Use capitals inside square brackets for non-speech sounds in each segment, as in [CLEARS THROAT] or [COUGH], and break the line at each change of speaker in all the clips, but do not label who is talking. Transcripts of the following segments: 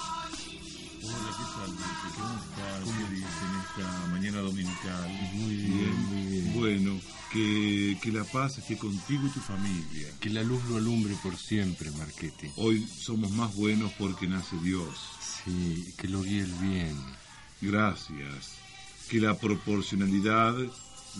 Hola, ¿qué tal? Lupe? ¿Cómo estás? ¿Cómo dicen esta mañana dominical?
Muy bien, muy bien.
Bueno, que, que la paz esté contigo y tu familia.
Que la luz lo alumbre por siempre, Marquete.
Hoy somos más buenos porque nace Dios.
Sí, que lo guíe el bien.
Gracias. Que la proporcionalidad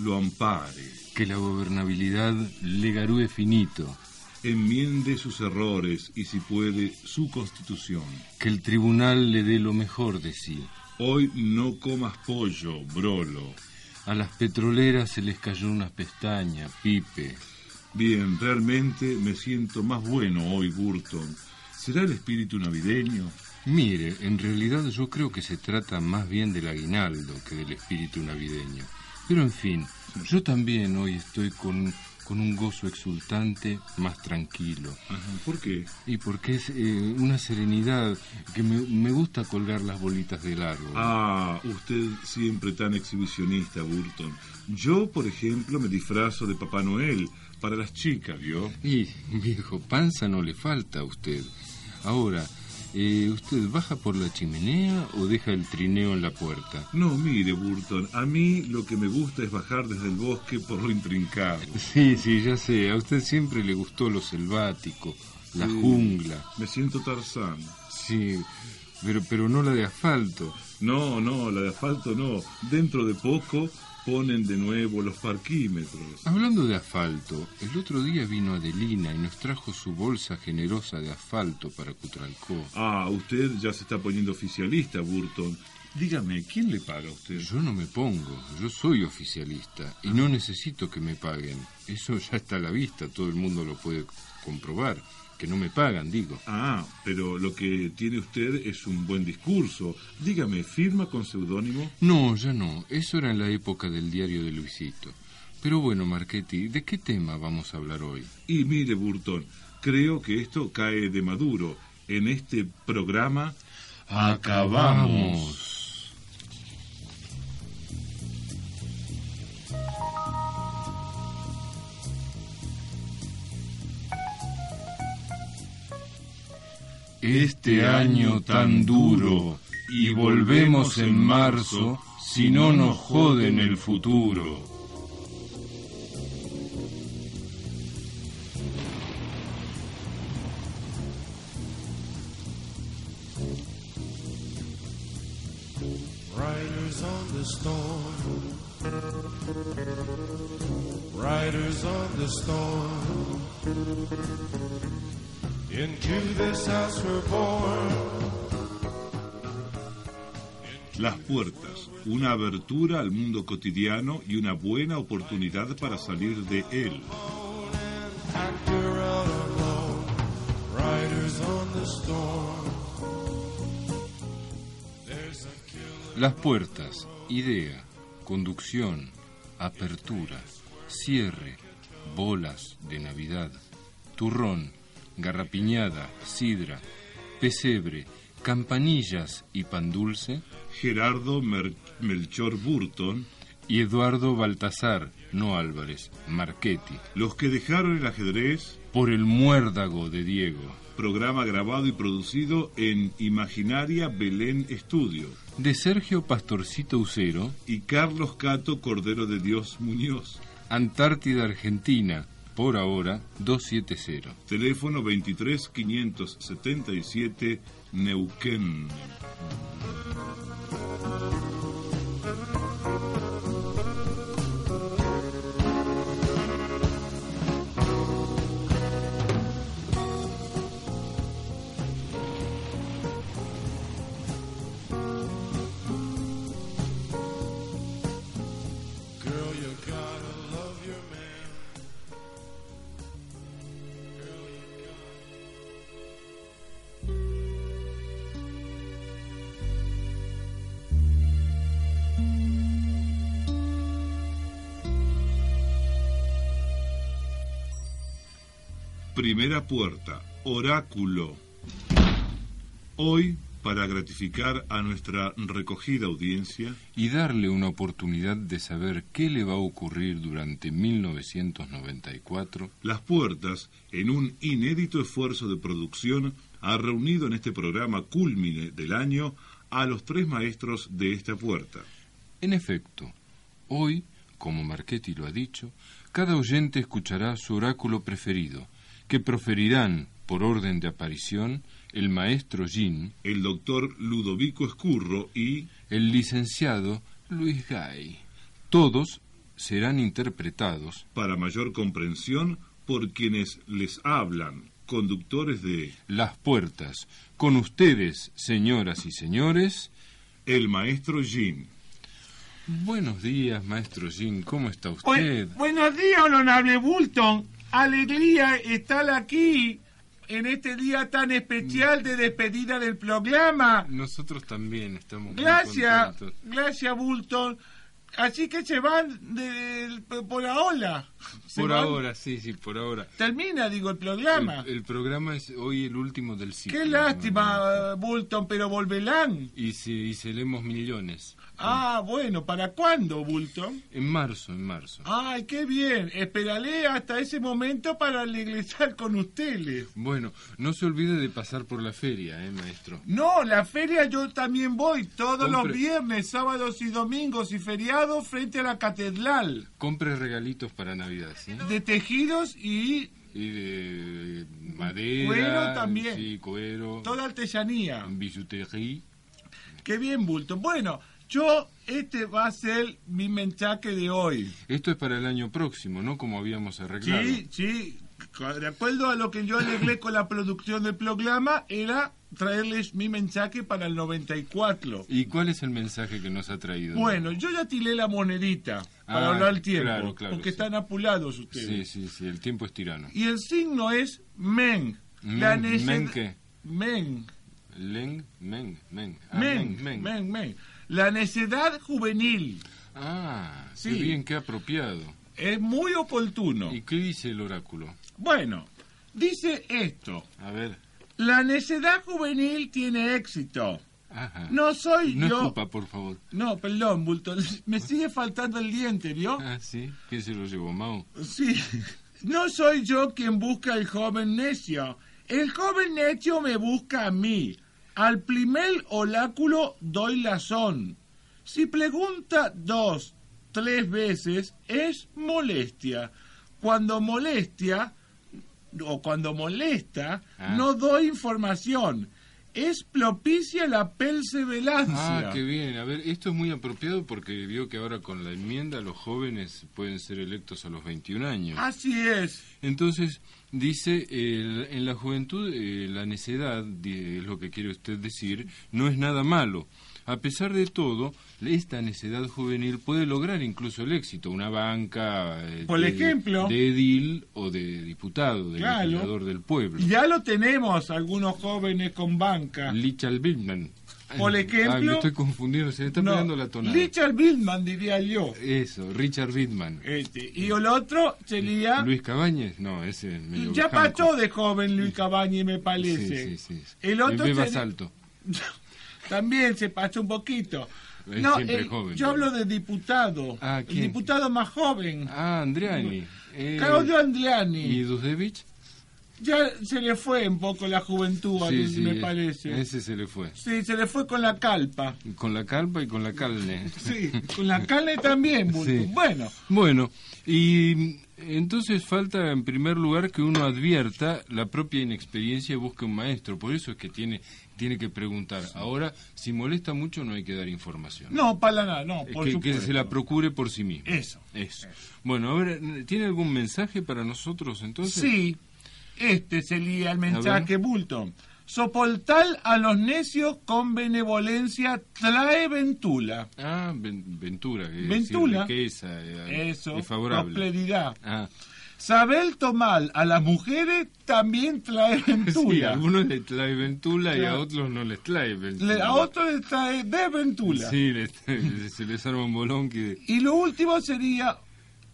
lo ampare.
Que la gobernabilidad le garúe finito.
Enmiende sus errores y, si puede, su constitución.
Que el tribunal le dé lo mejor de sí.
Hoy no comas pollo, brolo.
A las petroleras se les cayó una pestaña, Pipe.
Bien, realmente me siento más bueno hoy, Burton. ¿Será el espíritu navideño?
Mire, en realidad yo creo que se trata más bien del aguinaldo que del espíritu navideño. Pero en fin, yo también hoy estoy con, con un gozo exultante más tranquilo.
Ajá, ¿Por qué?
Y porque es eh, una serenidad que me, me gusta colgar las bolitas del árbol.
Ah, usted siempre tan exhibicionista, Burton. Yo, por ejemplo, me disfrazo de Papá Noel para las chicas, ¿vio?
Y, [LAUGHS] viejo, panza no le falta a usted. Ahora, eh, ¿usted baja por la chimenea o deja el trineo en la puerta?
No, mire, Burton, a mí lo que me gusta es bajar desde el bosque por lo intrincado.
Sí, sí, ya sé. A usted siempre le gustó lo selvático, la
Sí.
jungla.
Me siento Tarzán.
Sí, pero, pero no la de asfalto.
No, no, la de asfalto no. Dentro de poco ponen de nuevo los parquímetros.
Hablando de asfalto, el otro día vino Adelina y nos trajo su bolsa generosa de asfalto para Cutralcó.
Ah, usted ya se está poniendo oficialista, Burton. Dígame, ¿quién le paga a usted?
Yo no me pongo, yo soy oficialista y no necesito que me paguen. Eso ya está a la vista, todo el mundo lo puede comprobar. Que no me pagan, digo.
Ah, pero lo que tiene usted es un buen discurso. Dígame, ¿firma con seudónimo?
No, ya no. Eso era en la época del diario de Luisito. Pero bueno, Marchetti, ¿de qué tema vamos a hablar hoy?
Y mire, Burton, creo que esto cae de maduro. En este programa...
Este año tan duro y volvemos en marzo si no nos joden el futuro.
Riders on the storm. Riders on the storm. Into this house we're born.
Las puertas, una abertura al mundo cotidiano y una buena oportunidad para salir de él.
Actor out alone. Riders on the storm. There's a killer.
Las puertas, idea, conducción, apertura, cierre, bolas de Navidad, turrón, garrapiñada, sidra, pesebre, campanillas y pan dulce,
Gerardo Mer- Melchor Burton,
y Eduardo Baltasar, no Álvarez, Marchetti,
Los que dejaron el ajedrez,
por el muérdago de Diego,
programa grabado y producido en Imaginaria Belén Estudio
de Sergio Pastorcito Ucero,
y Carlos Cato Cordero de Dios Muñoz.
Antártida Argentina, por ahora 270.
Teléfono 23 577 Neuquén. Primera puerta, oráculo. Hoy, para gratificar a nuestra recogida audiencia,
y darle una oportunidad de saber qué le va a ocurrir durante 1994,
Las Puertas, en un inédito esfuerzo de producción, ha reunido en este programa cúlmine del año a los tres maestros de esta puerta.
en efecto, hoy, como Marchetti lo ha dicho, cada oyente escuchará su oráculo preferido, que proferirán, por orden de aparición, el maestro Jin,
El doctor Ludovico Escurro y
el licenciado Luis Gay. Todos serán interpretados
para mayor comprensión por quienes les hablan, conductores de
las puertas con ustedes, señoras y señores.
El Maestro Jin.
Buenos días, maestro Jin, ¿cómo está usted?
Buen- buenos días, honorable Bulton. Alegría estar aquí en este día tan especial de despedida del programa.
Nosotros también estamos muy
Gracias,
contentos.
gracias, Bulton. Así que se van de- por ahora. Se
Por
van.
ahora, sí, sí, por ahora.
Termina, digo, el
El,
programa.
el programa es hoy el último del ciclo.
Qué lástima, Bulton, pero volverán.
Y, se, y seremos millones.
Ah, bueno, ¿para cuándo, Bulton?
En marzo, en marzo.
Ay, qué bien. Esperaré hasta ese momento para regresar con ustedes.
Bueno, no se olvide de pasar por la feria, ¿eh, maestro?
No, la feria yo también voy todos
Compre.
los viernes, sábados y domingos y feriados frente a la catedral
Compre regalitos para Navidad, ¿sí?
de tejidos y
Y de madera.
Cuero también.
Sí, cuero.
toda artesanía.
Bijouterie.
Qué bien, Bulto. Bueno, yo este va a ser mi mensaje de hoy.
Esto es para el año próximo, ¿no? Como habíamos arreglado.
Sí, sí. De acuerdo a lo que yo arreglé con la producción del programa, era traerles mi mensaje para el 94.
¿Y cuál es el mensaje que nos ha traído?
Bueno, yo ya tiré la monedita para
Ah,
hablar el tiempo,
claro, claro, sí.
porque están apurados ustedes.
Sí, sí, sí, el tiempo es tirano.
y el signo es men.
Men-
La neced-
men qué?
Men,
Leng, meng, meng. Ah,
men,
meng,
men,
meng.
men. La necedad juvenil
Ah, sí.
Sí.
bien, qué apropiado.
es muy oportuno.
¿Y qué dice el oráculo?
Bueno, dice esto.
A ver.
La necedad juvenil tiene éxito.
Ajá.
No soy
No
yo.
escupa, por favor.
No, perdón, Bulto. [LAUGHS] Me sigue faltando el diente, ¿vio?
Ah, sí. ¿Quién se lo llevó, Mao?
Sí. No soy yo quien busca el joven necio. El joven necio me busca a mí. Al primer oráculo doy la son. Si pregunta dos, tres veces, es molestia. Cuando molestia, o cuando molesta,
Ah.
no doy información. Es propicia la perseverancia.
Ah, qué bien. A ver, esto es muy apropiado porque vio que ahora con la enmienda los jóvenes pueden ser electos a los 21 años.
Así es.
Entonces, dice, eh, en la juventud eh, la necedad, di- es lo que quiere usted decir, no es nada malo. A pesar de todo, esta necedad juvenil puede lograr incluso el éxito, una banca eh,
Por
de,
ejemplo.
de edil o de diputado, de
Claro.
legislador del pueblo.
Ya lo tenemos, algunos jóvenes con banca.
Lichal Bildman.
Por ejemplo-
Ah, me estoy confundiendo, se le está
No,
pegando la tonada.
Richard Billman, diría yo.
Eso, Richard Bildman.
Este, y el otro sería...
Luis Cabañez, no, ese es medio
ya
bejanco.
pasó de joven Luis Cabañi, me
Sí,
parece.
sí, sí.
El otro
Beba
sería-
Salto.
También se pasó un poquito.
Es
No,
siempre
el-
joven.
yo hablo de diputado.
Ah, ¿quién?
El diputado más joven.
Ah, Andriani. Eh,
Claudio
¿Y
Andriani.
Dudevich?
Ya se le fue un poco la juventud, a mí me
eh,
parece.
Ese se le fue.
Sí, se le fue con la calpa.
Con la calpa y con la carne. [LAUGHS]
Sí, con la carne también. Bulto.
Sí.
Bueno,
Bueno, y mm, entonces falta en primer lugar que uno advierta la propia inexperiencia y busque un maestro. Por eso es que tiene, tiene que preguntar. Ahora, si molesta mucho, no hay que dar información.
no, para nada, no,
Es
por
que, que
supuesto.
se la procure por sí mismo.
Eso.
Eso. Bueno, a ver, ¿tiene algún mensaje para nosotros entonces?
Sí, este sería el
ver.
mensaje Bulton. Soportar a los necios con benevolencia trae ventura.
Ah, ven- Ventura. que es
Ventura.
decir, riqueza, eh,
Eso,
es favorable.
prosperidad.
Ah,
Saber tomar a las mujeres también trae
[LAUGHS] sí, a
ventura.
algunos les trae Ventura y a
Claro.
otros no les trae Ventura.
Le- a otros les trae
[LAUGHS]
desventura.
Sí, les- se les arma un bolón que...
Y lo último sería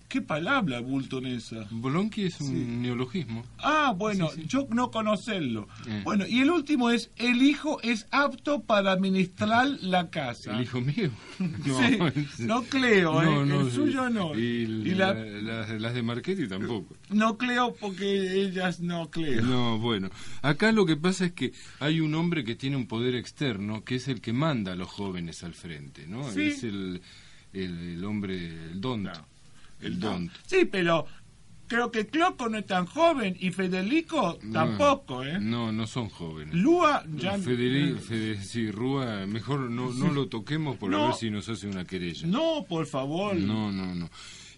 ¿Qué palabra, Bulton, esa?
Bolonqui es un neologismo.
Ah, bueno, yo no conocerlo.
Eh.
Bueno, y el último es, el hijo es apto para administrar la casa.
El hijo mío. [LAUGHS]
No, Ah. no creo, ¿eh? el suyo no.
Y,
Y
la-
la-
las- las de Marchetti tampoco.
no creo porque ellas no
[LAUGHS]
creo. [LAUGHS]
No, bueno. Acá lo que pasa es que hay un hombre que tiene un poder externo, que es el que manda a los jóvenes al frente, ¿no?
Sí.
Es el, el, el hombre, el don. El don.
Sí, pero creo que Cloco no es tan joven y Federico tampoco, ¿eh?
No, no son jóvenes.
Lua ya...
Federico, sí, Rúa, mejor no, no lo toquemos por a
No.
ver si nos hace una querella.
No, por favor.
No, no, no.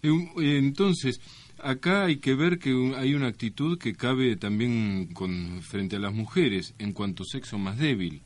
Eh, Entonces, acá hay que ver que un- hay una actitud que cabe también con, frente a las mujeres en cuanto sexo más débil.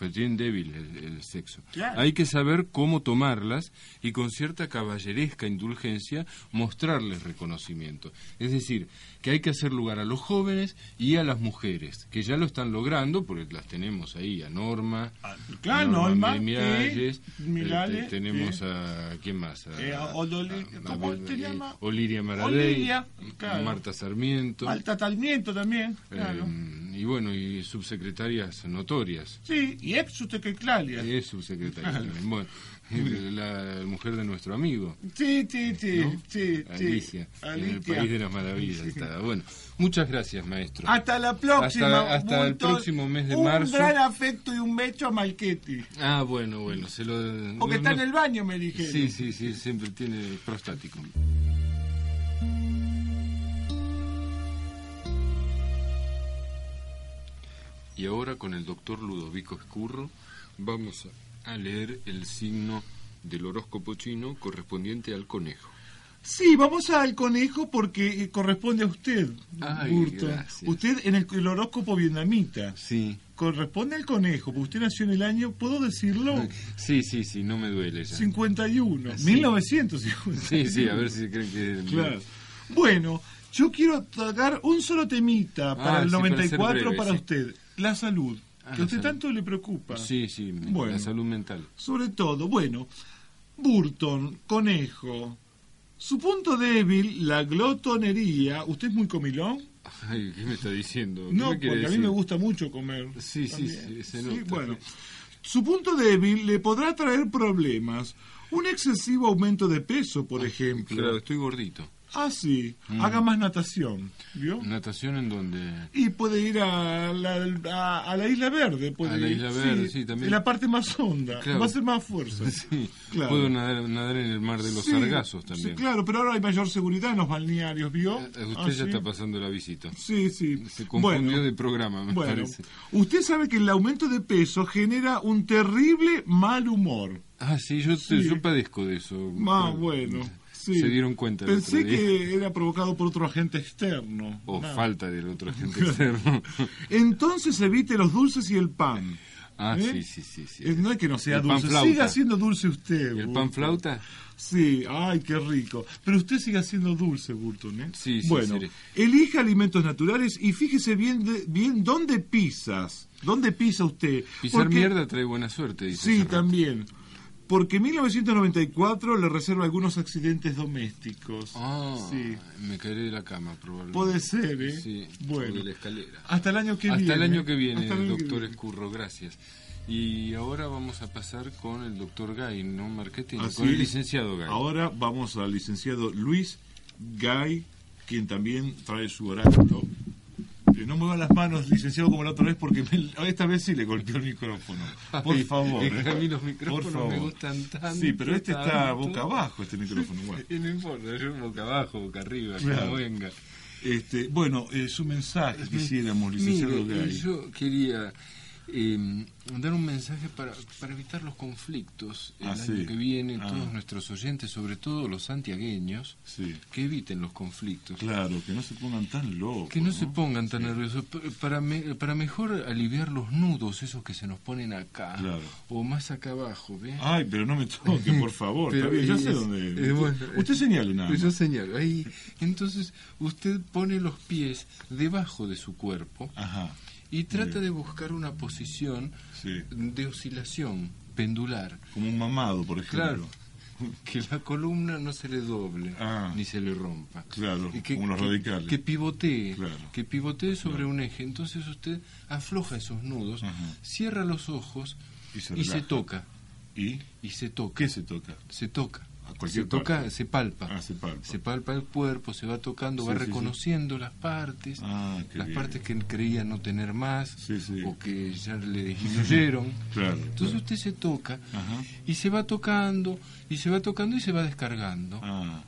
Pero tienen débil el, el sexo.
Claro.
Hay que saber cómo tomarlas y con cierta caballeresca indulgencia mostrarles reconocimiento. Es decir, que hay que hacer lugar a los jóvenes y a las mujeres, que ya lo están logrando, porque las tenemos ahí, a Norma,
Ah, claro, Norma,
Mir- Miralles,
sí, Miralles,
eh, te- tenemos
sí.
a quién más, a,
Eh, a Odoli- ¿cómo te
eh,
llama?
Oliria Maradei,
Oliria, claro.
Marta Sarmiento,
Falta Talmiento también,
eh,
claro.
y bueno, y subsecretarias notorias.
Sí, y ex usted que Clalia.
Es subsecretaria
[LAUGHS]
también. Bueno, [LAUGHS] la mujer de nuestro amigo.
Sí, sí, sí,
¿no?
sí, sí.
Alicia, en el
Alicia.
país de las maravillas está. Bueno, muchas gracias, maestro.
Hasta la próxima.
Hasta- hasta el
Bulton.
próximo mes de
un
marzo.
Un gran afecto y un beso a Malchetti.
Ah, bueno, bueno, se lo.
Porque
no-
está en
no-
el baño, me dijeron.
Sí, sí, sí, siempre tiene prostático. Y ahora con el doctor Ludovico Escurro vamos a leer el signo del horóscopo chino correspondiente al conejo.
Sí, vamos al conejo porque eh, corresponde a usted,
Ay,
Burton.
gracias.
Usted en el, el horóscopo vietnamita.
Sí.
Corresponde al conejo, porque usted nació en el año, ¿puedo decirlo?
Sí, sí, sí, no me duele ya.
51,
Sí.
1951.
Sí, sí, a ver si creen que...
Claro. Bueno, yo quiero tocar un solo temita para
Ah,
el
sí, para ser
94 para,
breve, sí.
usted, la salud,
Ah,
que
la
a usted
salud.
tanto le preocupa.
Sí, sí,
Bueno.
la salud mental.
Sobre todo, bueno, Burton, conejo. Su punto débil, la glotonería. ¿Usted es muy comilón?
Ay, ¿qué me está diciendo? ¿Qué me
No, porque
quiere
a mí
decir?
me gusta mucho comer.
Sí, sí,
también.
sí, se nota.
bueno. Su punto débil le podrá traer problemas. Un excesivo aumento de peso, por ejemplo.
Claro, Mm. estoy gordito.
Ah, sí. Haga más natación, ¿vio?
Natación en donde...
Y puede ir a la, a, a la Isla Verde. Puede
A la
ir.
Isla Verde, sí, también.
En la parte más honda.
Claro.
Va a ser más
[LAUGHS]
fuerza.
Sí,
[LAUGHS] Claro.
puedo nadar, nadar en el mar de los
Sí,
sargazos
sí,
también.
claro, pero ahora hay mayor seguridad en los balnearios, ¿vio?
Eh, Usted
Ah,
ya
sí.
está pasando la visita.
Sí, sí.
Se confundió
Bueno.
de programa, me
Bueno,
parece.
usted sabe que el aumento de peso genera un terrible mal humor.
Ah, sí, yo,
Sí.
yo padezco de eso.
Ah,
Pero-
bueno. sí.
Se dieron cuenta el
Pensé
otro día. Oh.
que era provocado por otro agente externo.
O
Nada.
falta del
[LAUGHS]
otro agente externo.
Entonces evite los dulces y el pan.
Ah, sí,
¿Eh?
sí, sí. sí.
Eh, No es que no sea
El pan
dulce,
flauta.
siga siendo dulce usted.
¿Y ¿El
Burton.
pan flauta?
Sí, ay, qué rico. Pero usted siga siendo dulce, Burton, ¿eh?
Sí, sí,
Bueno,
sí.
elija alimentos naturales y fíjese bien, de- bien dónde pisas. ¿Dónde pisa usted?
Pisar
Porque-
mierda trae buena suerte, dice.
Sí,
Serrat.
también. Porque 1994 le reserva algunos accidentes domésticos.
Ah,
Sí.
me caeré de la cama probablemente.
Puede ser, ¿eh?
Sí,
Bueno.
o de la escalera.
Hasta el año que
Hasta
viene. ¿eh?
el año que viene,
Hasta el año que
doctor
viene.
Escurro, gracias. Y ahora vamos a pasar con el doctor Gay, no marketing,
Así
con el
es.
licenciado Gay.
Ah, Ahora vamos al licenciado Luis Gay, quien también trae su oráculo. Eh, No mueva las manos, licenciado, como la otra vez, porque me- esta vez sí le golpeó el micrófono. Por
[LAUGHS] Ay,
favor.
es que a mí
¿eh?
los micrófonos
Por favor.
me gustan tanto,
Sí, pero este está
tanto.
boca abajo, este micrófono. Bueno.
Y no importa, yo boca abajo, boca arriba,
Claro.
como venga.
Este, bueno, eh, su mensaje quisiéramos, licenciado
Mire,
Gay.
Yo quería eh, dar un mensaje para, para evitar los conflictos el
Ah,
año
sí.
que viene,
Ah.
todos nuestros oyentes, sobre todo los santiagueños,
Sí.
que eviten los conflictos.
Claro, que no se pongan tan locos.
Que no se pongan tan nerviosos, p- para, me- para mejor aliviar los nudos, esos que se nos ponen acá,
Claro.
o más acá abajo, ¿ves?
Ay, pero no me toque, por favor.
Pero
Está bien, ya sé
es-
dónde.
eh, bueno,
Usted
eh,
señale nada.
Yo
más.
señalo, ahí. Entonces, usted pone los pies debajo de su cuerpo
Ajá.
y trata de buscar una posición
Sí.
de oscilación pendular.
Como un mamado, por ejemplo.
Claro. [LAUGHS] que la columna no se le doble
Ah.
ni se le rompa.
Claro,
Y que,
como los
que-
radicales.
Que pivotee,
Claro.
que pivotee sobre un eje. Entonces usted afloja esos nudos,
Ajá.
cierra los ojos
Y
y
se
se,
relaja.
toca.
¿Y
Y se toca.
qué se toca?
Se toca.
A
Se
cualquier
toca,
parte.
se palpa.
Ah, se palpa.
el cuerpo, se va tocando,
Sí,
va
sí, sí.
reconociendo las partes,
Ah, qué
las
bien.
partes que él creía no tener más
Sí, [LAUGHS] sí.
o que ya le disminuyeron.
Claro,
Entonces
claro.
usted se toca
Ajá.
y se va tocando y se va tocando y se va descargando.
Ah,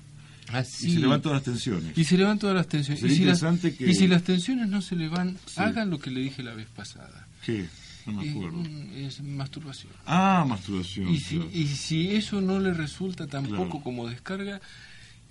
Así.
Y se levantan las tensiones.
Y se levan todas las tensiones.
Sería
y, si las,
interesante que-
y si las tensiones no se le van, hagan lo que le dije la vez pasada.
¿Qué? No me
Eh,
acuerdo.
mm, es masturbación.
Ah, masturbación.
Y si,
claro.
y si eso no le resulta tampoco
Claro.
como descarga,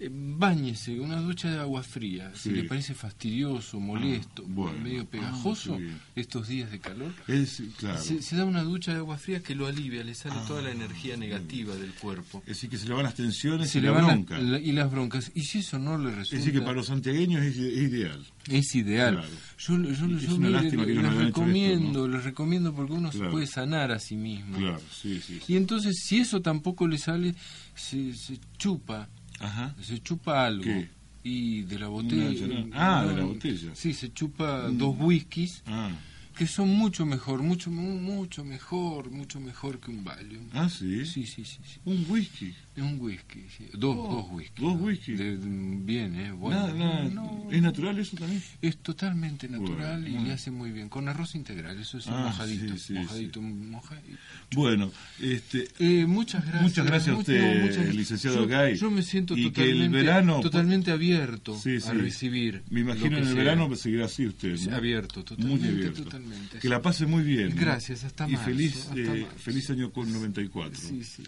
eh, báñese una ducha de agua fría.
Sí.
Si le parece fastidioso, molesto,
Ah, bueno.
medio
Ah,
pegajoso
qué bien.
estos días de calor,
Es, claro.
se, se da una ducha de agua fría que lo alivia, le sale toda la energía negativa del cuerpo.
Es decir, que se le van las tensiones
Se
Ah, y
le
la
van la-
bronca.
la- y las broncas. Y si eso no le
Es
resulta,
decir, que para los santiagueños es, es ideal.
es ideal.
Claro.
Yo, yo, yo,
Es una
mire,
lástima que ellos no
les
hayan hecho esto,
recomiendo,
¿no?
les recomiendo porque uno
Claro.
se puede sanar a sí mismo.
Claro, sí, sí. sí.
Y entonces, si eso tampoco le sale, se, se chupa,
Ajá.
se chupa algo.
¿Qué?
Y de la
ya
botella.
no. Ah, de la botella. Mm.
Sí, se chupa dos whiskies
Ah,
que son mucho mejor, mucho mu- mucho mejor, mucho mejor que un Valium.
ah sí.
Sí, sí, sí, sí.
Un whisky.
Es un whisky, sí. Dos, dos whisky.
Oh. dos whisky.
De- mm, bien, ¿eh? Bueno.
Nada, nada.
No,
¿Es natural eso también?
es totalmente natural
Bueno,
y
bueno.
le hace muy bien. Con arroz integral, eso es un
Ah,
mojadito.
sí, sí,
mojadito, mojadito.
Bueno, este,
Eh, muchas gracias.
Muchas gracias a
Mu-
usted,
gracias.
licenciado
Yo-
Gay.
Yo me siento
Y que el
totalmente,
verano-
totalmente abierto
sí, sí.
a recibir.
Me
lo
imagino
que
en el
sea.
verano pues, seguirá así usted.
Sí,
¿no?
abierto, totalmente, totalmente.
Que la pase muy bien. ¿no?
Gracias, hasta
Y
marzo,
feliz,
hasta
eh,
marzo.
feliz año con 94.
Sí, sí.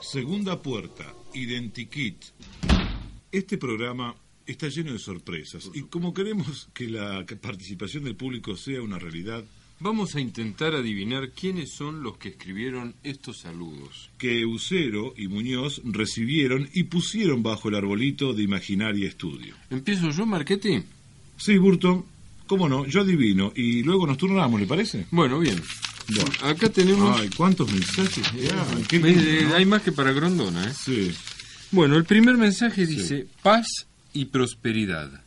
Segunda puerta, Identikit. Este programa está lleno de sorpresas y como queremos que la participación del público sea una realidad,
Vamos a intentar adivinar quiénes son los que escribieron estos saludos.
que Eucero y Muñoz recibieron y pusieron bajo el arbolito de Imaginaria Estudio.
¿Empiezo yo, Marchetti?
Sí, Burton, cómo no, yo adivino y luego nos turnamos, ¿le parece?
Bueno, bien.
Bueno.
Acá tenemos...
Ay, cuántos mensajes. que hay. Qué
Ves,
lindo,
eh,
¿no?
Hay más que para Grondona, ¿eh?
Sí.
Bueno, el primer mensaje dice paz y prosperidad.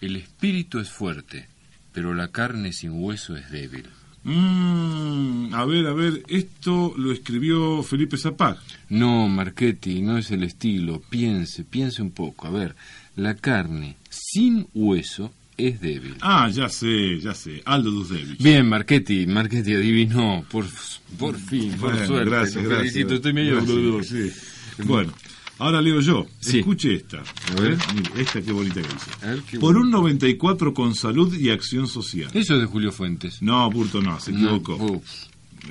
El espíritu es fuerte, pero la carne sin hueso es débil.
Mm, a ver, a ver, esto lo escribió Felipe Zapag.
No, Marchetti, no es el estilo. Piense, piense un poco. A ver, la carne sin hueso es débil.
Ah, ya sé, ya sé, Aldo Duzdevich.
Bien, Marchetti, Marchetti adivinó, por, por fin, por
Bueno,
suerte.
Gracias,
Lo
gracias.
felicito, estoy medio...
No, no, no, sí. Bueno, ahora leo yo.
Sí.
Escuche esta. Eh,
A ver.
Mire, Esta qué bonita que dice.
A ver, qué
Por
bueno.
un 94 con salud y acción social.
Eso es de Julio Fuentes.
No, Burto, no, se equivocó.
No, uf.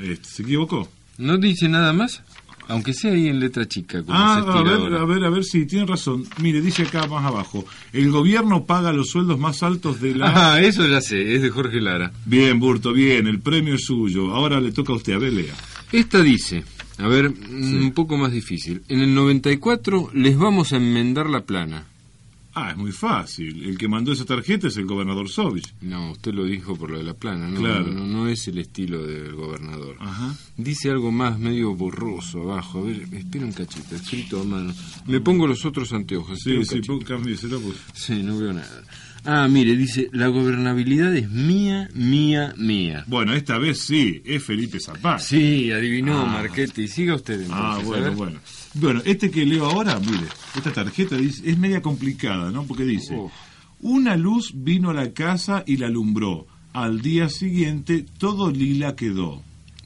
Este, ¿Se equivocó?
¿No dice nada más? Aunque sea ahí en letra chica. como
Ah,
se
a
estira
ver,
ahora.
a ver, a ver si tiene razón. Mire, dice acá más abajo. El gobierno paga los sueldos más altos
[LAUGHS]
de la...
Ah, eso ya sé, es de Jorge Lara.
Bien, Burto, bien, el premio es suyo. Ahora le toca a usted, a ver, lea.
Esta dice, a ver, mm, un poco más difícil. En el 94 les vamos a enmendar la plana.
Ah, es muy fácil. El que mandó esa tarjeta es el gobernador Sovich.
No, usted lo dijo por lo de la plana, no,
Claro.
no, no es el estilo del gobernador.
Ajá.
Dice algo más medio borroso abajo. A ver, espera un cachito, escrito a mano. Mm. Me pongo los otros anteojos. espera
Sí,
un
sí,
cachito.
cámbieselo, pues.
sí, no veo nada. Ah, mire, dice, la gobernabilidad es mía, mía, mía.
Bueno, esta vez sí, es Felipe Zapag.
Sí, adivinó Marchetti. Siga usted entonces.
Ah,
a
bueno,
ver.
bueno. Bueno, este que leo ahora, mire, esta tarjeta dice- es media complicada, ¿no? Porque dice,
Uf.
una luz vino a la casa y la alumbró. Al día siguiente todo lila quedó.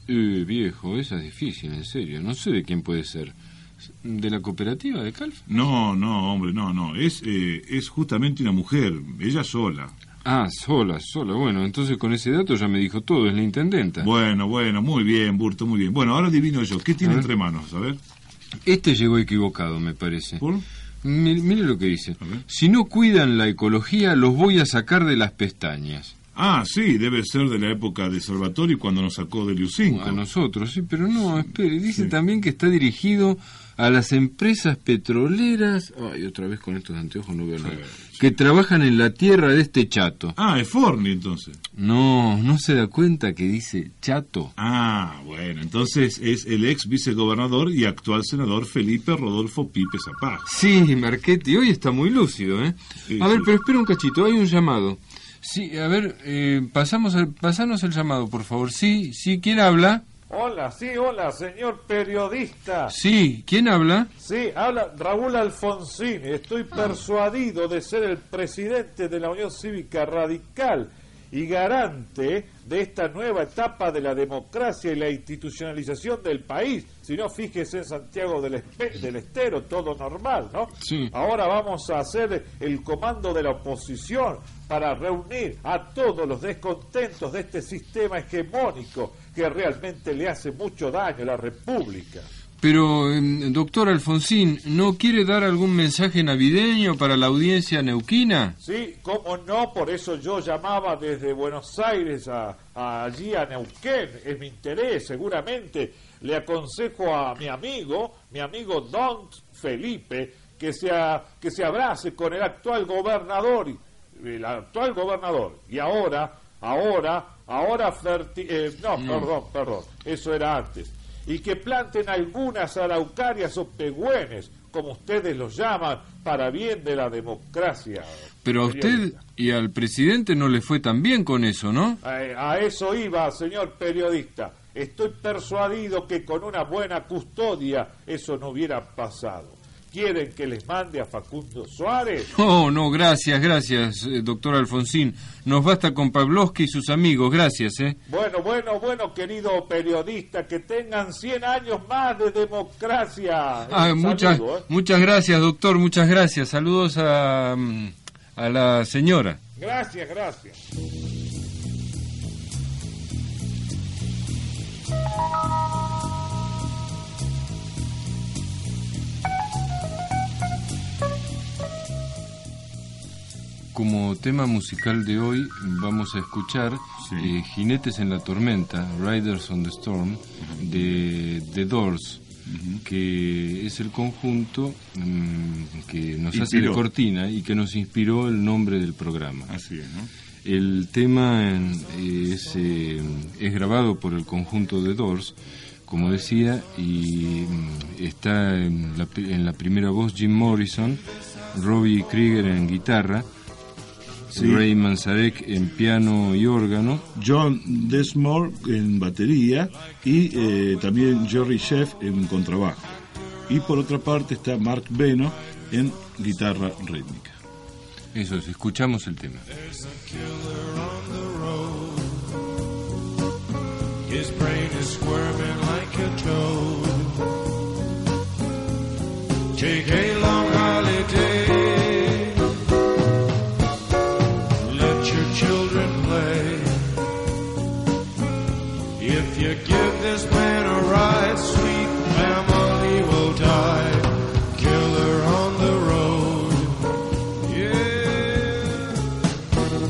Eh, viejo, esa es difícil, en serio. No sé de quién puede ser. ¿De la cooperativa de Calf?
No, no, hombre, no, no. Es, eh, es justamente una mujer, ella sola.
Ah, sola, sola. Bueno, entonces con ese dato ya me dijo todo, es la intendenta.
Bueno, bueno, muy bien, Burto, muy bien. Bueno, ahora adivino yo. ¿Qué tiene
A ver.
entre manos? A ver.
Este llegó equivocado, me parece.
¿Por?
Mi- Mire lo que dice.
A ver.
Si no cuidan la ecología, los voy a sacar de las pestañas.
Ah, sí, debe ser de la época de Salvatori cuando nos sacó de Liucinco.
A nosotros, sí, pero no, espere. Dice también que está dirigido a las empresas petroleras. Ay, otra vez con estos anteojos no veo nada. Que trabajan en la tierra de este chato.
Ah, es Forni entonces.
No, no se da cuenta que dice chato.
Ah, bueno, entonces es el ex vicegobernador y actual senador Felipe Rodolfo Pipe Zapag.
Sí, Marchetti, hoy está muy lúcido, ¿eh?
Sí,
a ver,
sí.
pero espera un cachito, hay un llamado. Sí, a ver, eh, pasamos al, pasanos el llamado, por favor. Sí, sí, ¿quién habla?
Hola, sí, hola, señor periodista.
Sí, ¿quién habla?
Sí, habla Raúl Alfonsín. Estoy persuadido de ser el presidente de la Unión Cívica Radical y garante de esta nueva etapa de la democracia y la institucionalización del país. Si no, fíjese en Santiago del, Espe- del Estero, todo normal, ¿no?
Sí.
Ahora vamos a hacer el comando de la oposición para reunir a todos los descontentos de este sistema hegemónico que realmente le hace mucho daño a la República.
Pero, em, doctor Alfonsín, ¿no quiere dar algún mensaje navideño para la audiencia neuquina?
Sí, cómo no, por eso yo llamaba desde Buenos Aires a, a allí a Neuquén, es mi interés, seguramente. Le aconsejo a mi amigo, mi amigo Don Felipe, que se, a- que se abrace con el actual gobernador, y- el actual gobernador. Y ahora, ahora, ahora, Ferti- eh, no, perdón, perdón, eso era antes. Y que planten algunas araucarias o pegüenes, como ustedes los llaman, para bien de la democracia.
Pero a usted
periodista.
y al presidente no le fue tan bien con eso, ¿no?
Eh, a eso iba, señor periodista. Estoy persuadido que con una buena custodia eso no hubiera pasado. ¿Quieren que les mande a Facundo Suárez?
Oh, no, gracias, gracias, eh, doctor Alfonsín. Nos basta con Pavlovsky y sus amigos, gracias, ¿eh?
Bueno, bueno, bueno, querido periodista, que tengan 100 años más de democracia.
Ah,
Eh,
muchas,
saludo, ¿eh?
muchas gracias, doctor, muchas gracias. Saludos a, mm, a la señora.
Gracias, gracias.
Como tema musical de hoy vamos a escuchar
Sí.
eh, Jinetes en la Tormenta, Riders on the Storm, de The Doors, que es el conjunto mm, que nos hace de
Inspiró.
cortina y que nos inspiró el nombre del programa.
Así es, ¿no?
El tema eh, es, eh, es grabado por el conjunto de Doors, como decía, y mm, está en la, pri- en la primera voz Jim Morrison, Robbie Krieger en guitarra, Ray Manzarek en piano y órgano.
John Desmore en batería y eh, también Jerry Sheff en contrabajo. Y por otra parte está Mark Beno en guitarra rítmica.
Eso es, escuchamos el tema.
His brain is squirming like a toad. Take a long holiday. Let your children play. If you give this man a ride, sweet family will die. Killer on the road. Yeah.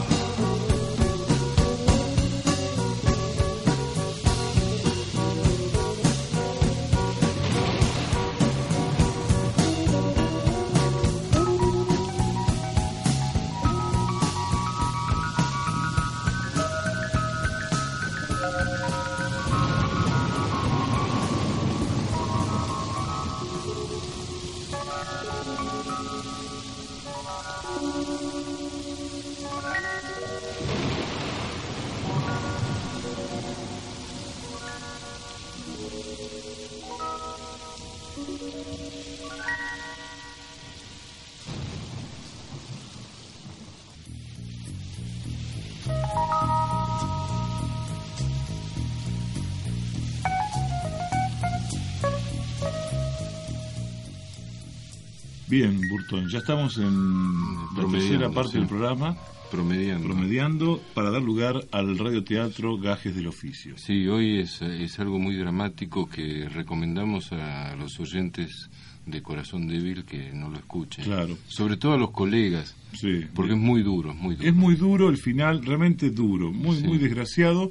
Bien, Burton, ya estamos en la
Promediando,
tercera parte
sí.
del programa,
Promediando.
promediando para dar lugar al radioteatro Gajes del Oficio.
Sí, hoy es, es algo muy dramático que recomendamos a los oyentes de Corazón Débil que no lo escuchen.
Claro.
Sobre todo a los colegas,
Sí.
porque es muy duro, es muy duro.
Es muy duro el final, realmente duro, muy,
Sí.
muy desgraciado.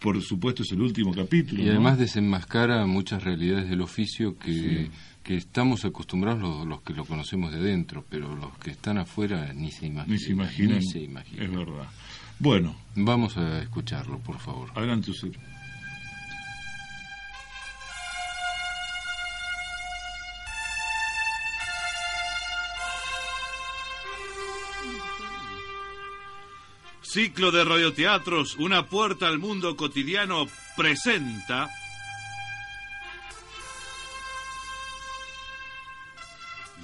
Por supuesto, es el último capítulo.
Y
¿no?
además desenmascara muchas realidades del oficio que, que estamos acostumbrados los, los que lo conocemos de dentro, pero los que están afuera ni se imaginan.
Ni se imaginan.
ni se imaginan.
Es verdad. Bueno,
Vamos a escucharlo, por favor.
adelante usted.
Ciclo de radioteatros, una puerta al mundo cotidiano presenta.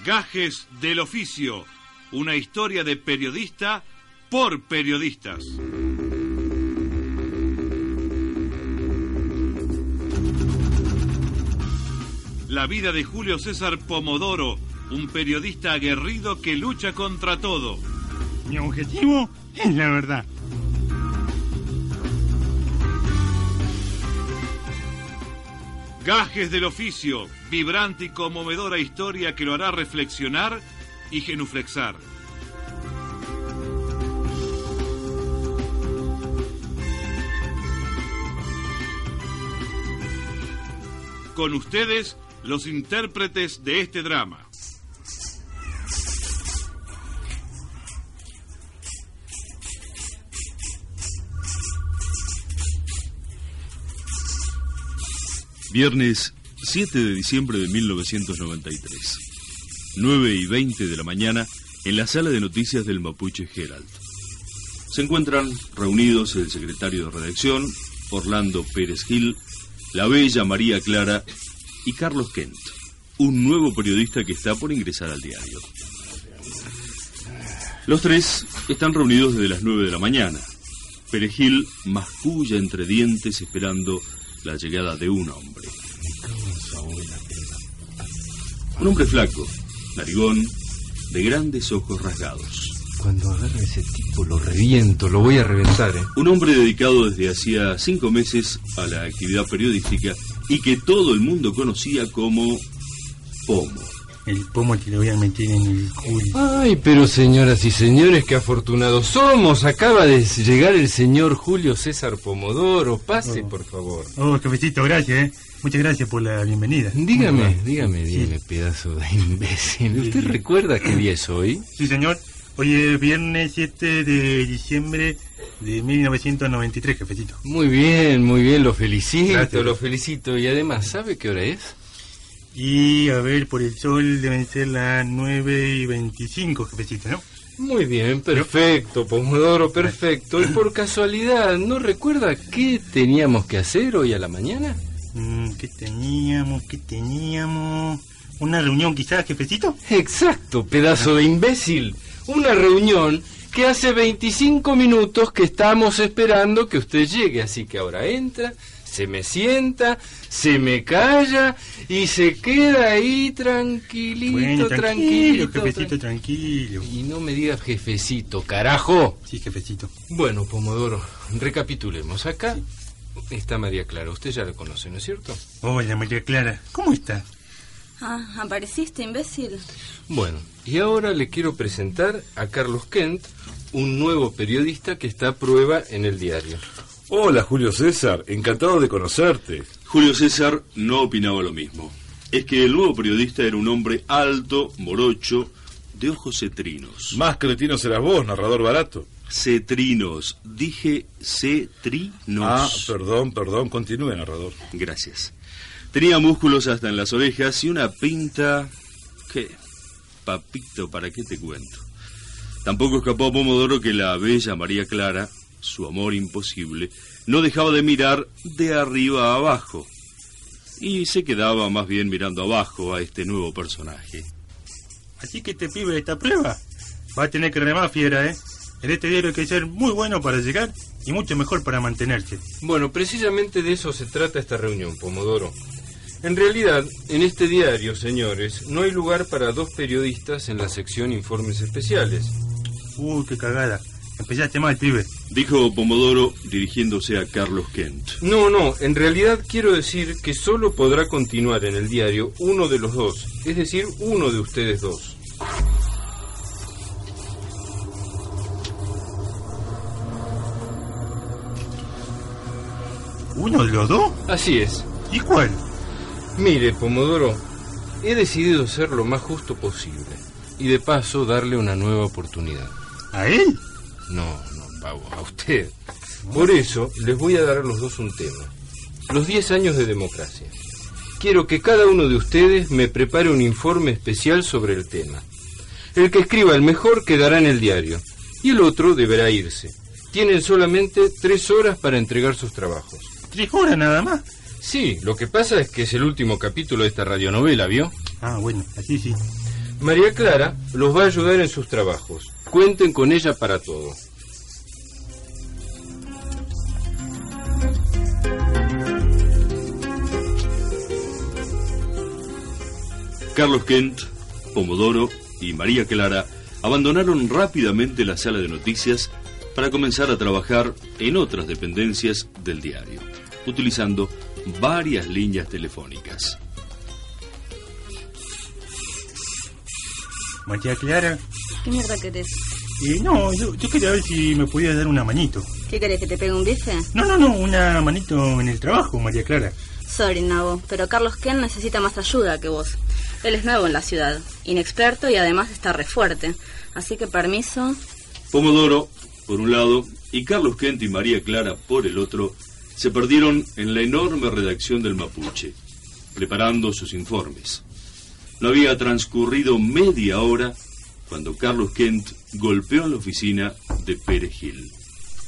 Gajes del oficio, una historia de periodista por periodistas. La vida de Julio César Pomodoro, un periodista aguerrido que lucha contra todo.
Mi objetivo es la verdad.
Gajes del oficio, vibrante y conmovedora historia que lo hará reflexionar y genuflexar. Con ustedes, los intérpretes de este drama.
Viernes 7 de diciembre de 1993. 9 y 20 de la mañana en la sala de noticias del Mapuche Herald. Se encuentran reunidos el secretario de redacción, Orlando Pérez Gil, la bella María Clara y Carlos Kent, un nuevo periodista que está por ingresar al diario. Los tres están reunidos desde las 9 de la mañana. Perejil masculla entre dientes esperando la llegada de un hombre. Un hombre flaco, narigón, de grandes ojos rasgados.
Cuando agarre ese tipo lo reviento, lo voy a reventar, ¿eh?
Un hombre dedicado desde hacía cinco meses a la actividad periodística y que todo el mundo conocía como Pomo.
El pomo te lo voy a meter en el culo.
Ay, pero señoras y señores, qué afortunados somos. Acaba de llegar el señor Julio César Pomodoro. Pase, por favor.
Oh, cafecito, gracias, eh. Muchas gracias por la bienvenida.
Dígame,
¿Cómo le va?
dígame,
Sí.
dígame, pedazo de imbécil. ¿Usted recuerda qué día es hoy?
Sí, señor. Hoy es viernes 7 de diciembre de 1993, jefecito.
Muy bien, muy bien, lo felicito,
Gracias.
lo felicito. Y además, ¿sabe qué hora es?
Y a ver, por el sol deben ser las 9 y 25, jefecito, ¿no?
Muy bien, perfecto, Pomodoro, perfecto. Y por casualidad, ¿no recuerda qué teníamos que hacer hoy a la mañana?
Mm, ¿Qué teníamos? ¿Qué teníamos? ¿Una reunión quizás, jefecito?
Exacto, pedazo de imbécil. Una reunión que hace 25 minutos que estamos esperando que usted llegue, así que ahora entra, se me sienta, se me calla y se queda ahí tranquilito,
bueno, tranquilo,
tranquilo.
jefecito, tranquilo.
tranqui- Y no me diga jefecito, carajo.
Sí, jefecito.
Bueno, Pomodoro, recapitulemos. Acá está María Clara, usted ya la conoce, ¿no es cierto?
Hola, María Clara. ¿Cómo está?
Ah, apareciste, imbécil.
Bueno, y ahora le quiero presentar a Carlos Kent, un nuevo periodista que está a prueba en el diario.
Hola Julio César, encantado de conocerte.
Julio César no opinaba lo mismo. Es que el nuevo periodista era un hombre alto, morocho, de ojos cetrinos.
Más cretino serás vos, narrador barato.
Cetrinos. Dije cetrinos.
Ah, perdón, perdón, continúe narrador.
Gracias. Tenía músculos hasta en las orejas y una pinta... ¿Qué? Papito, ¿para qué te cuento? Tampoco escapó a Pomodoro que la bella María Clara, su amor imposible, no dejaba de mirar de arriba a abajo. Y se quedaba más bien mirando abajo a este nuevo personaje.
Así que este pibe esta prueba va a tener que remar fiera, ¿eh? En este diario hay que ser muy bueno para llegar y mucho mejor para mantenerse.
Bueno, precisamente de eso se trata esta reunión, Pomodoro. En realidad, en este diario, señores, no hay lugar para dos periodistas en la sección informes especiales.
Uy, qué cagada. Empezaste mal, pibe.
Dijo Pomodoro dirigiéndose a Carlos Kent.
No, no, en realidad quiero decir que solo podrá continuar en el diario uno de los dos, es decir, uno de ustedes dos.
¿Uno de los dos?
Así es.
¿Y cuál?
Mire, Pomodoro, he decidido ser lo más justo posible y de paso darle una nueva oportunidad.
¿A él?
No, no, Pavo, a usted. Por eso les voy a dar a los dos un tema. Los 10 años de democracia. Quiero que cada uno de ustedes me prepare un informe especial sobre el tema. El que escriba el mejor quedará en el diario y el otro deberá irse. Tienen solamente tres horas para entregar sus trabajos.
¿Tres horas nada más?
Sí, lo que pasa es que es el último capítulo de esta radionovela, ¿vio?
Ah, bueno, así sí.
María Clara los va a ayudar en sus trabajos. Cuenten con ella para todo.
Carlos Kent, Pomodoro y María Clara abandonaron rápidamente la sala de noticias para comenzar a trabajar en otras dependencias del diario, utilizando varias líneas telefónicas.
María Clara.
¿Qué mierda querés?
Y no, yo, yo quería ver si me podías dar una manito.
¿Qué querés, que te pegue un bife?
No, no, no, una manito en el trabajo, María Clara.
Sorry, Nabo, pero Carlos Ken necesita más ayuda que vos. Él es nuevo en la ciudad, inexperto y además está re fuerte. Así que permiso.
Pomodoro, por un lado, y Carlos Kent y María Clara, por el otro, se perdieron en la enorme redacción del Mapuche, preparando sus informes. No había transcurrido media hora cuando Carlos Kent golpeó en la oficina de Pérez Gil.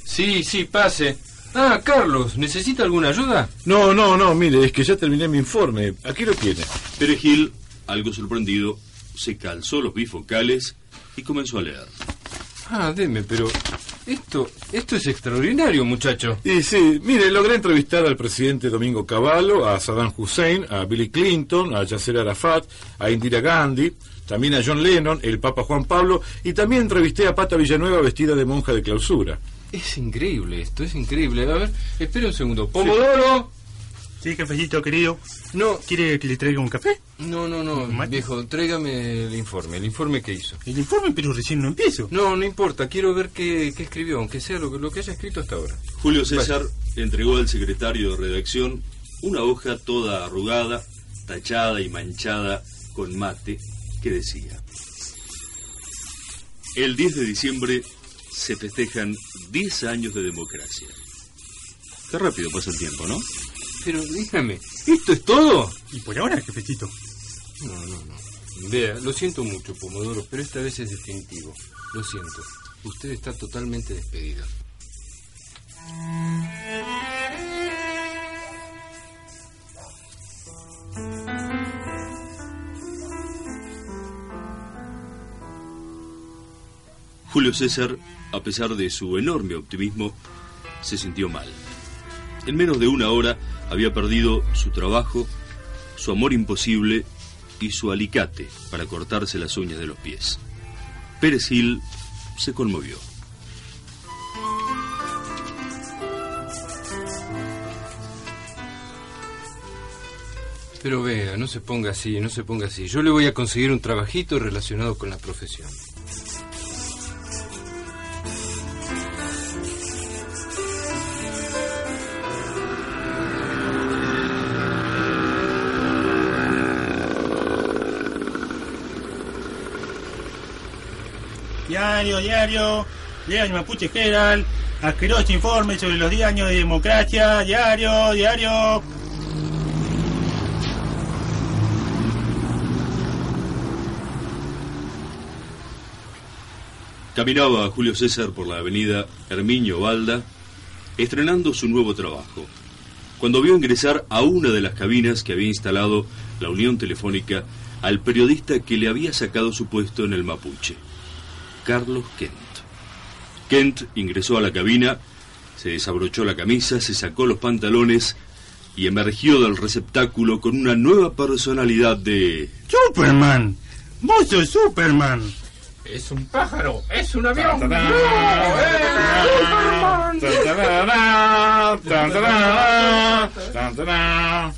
Sí, sí, pase. Ah, Carlos, ¿necesita alguna ayuda?
No, no, no, mire, es que ya terminé mi informe. Aquí lo tiene.
Perejil, algo sorprendido, se calzó los bifocales y comenzó a leer.
Ah, deme, pero esto, esto es extraordinario, muchacho.
Y sí, mire, logré entrevistar al presidente Domingo Cavallo, a Saddam Hussein, a Billy Clinton, a Yasser Arafat, a Indira Gandhi, también a John Lennon, el Papa Juan Pablo, y también entrevisté a Pata Villanueva vestida de monja de clausura.
Es increíble esto, es increíble. A ver, espera un segundo. Pomodoro.
Sí, jefecito querido.
No,
¿Quiere que le traiga un café?
no, no, no,
Mate.
viejo, tráigame el informe, el informe que hizo.
El informe, pero recién no empiezo.
No, no importa, quiero ver qué, qué escribió, aunque sea lo, que- lo que haya escrito hasta ahora.
Julio César entregó al secretario de redacción una hoja toda arrugada, tachada y manchada con mate que decía, el 10 de diciembre se festejan 10 años de democracia. Qué rápido pasa el tiempo, ¿no?
Pero dígame, ¿esto es todo?
Y por ahora, jefecito.
No, no, no. Vea, lo siento mucho, Pomodoro, pero esta vez es definitivo. Lo siento. Usted está totalmente despedida.
Julio César, a pesar de su enorme optimismo, se sintió mal. En menos de una hora había perdido su trabajo, su amor imposible y su alicate para cortarse las uñas de los pies. Pérez Gil se conmovió.
Pero vea, no se ponga así, no se ponga así. Yo le voy a conseguir un trabajito relacionado con la profesión.
Diario, diario, diario Mapuche Herald, asqueroso informe sobre los 10 años de democracia, diario, diario.
Caminaba Julio César por la avenida Herminio Balda, estrenando su nuevo trabajo, cuando vio ingresar a una de las cabinas que había instalado la Unión Telefónica al periodista que le había sacado su puesto en el Mapuche, Carlos Kent. Kent ingresó a la cabina, se desabrochó la camisa, se sacó los pantalones y emergió del receptáculo con una nueva personalidad de...
Superman, vos sos Superman.
Es un pájaro, es un avión. ¡No!
Ta-ta-ta.
¡Es
¡Eh!
Superman!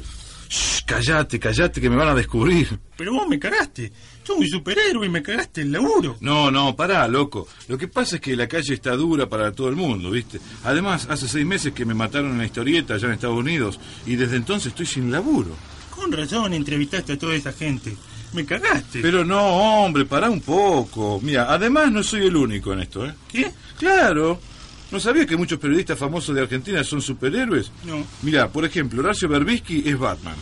Shh, callate, callate que me van a descubrir.
Pero vos me cagaste. Yo soy superhéroe y me cagaste el laburo.
No, no, pará, loco. Lo que pasa es que la calle está dura para todo el mundo, ¿viste? Además, hace seis meses que me mataron en la historieta allá en Estados Unidos y desde entonces estoy sin laburo.
Con razón entrevistaste a toda esa gente. Me cagaste.
Pero no, hombre, pará un poco. Mira, además no soy el único en esto, ¿eh?
¿Qué?
Claro. ¿No sabía que muchos periodistas famosos de Argentina son superhéroes?
No.
Mira, por ejemplo, Horacio Berbisky es Batman.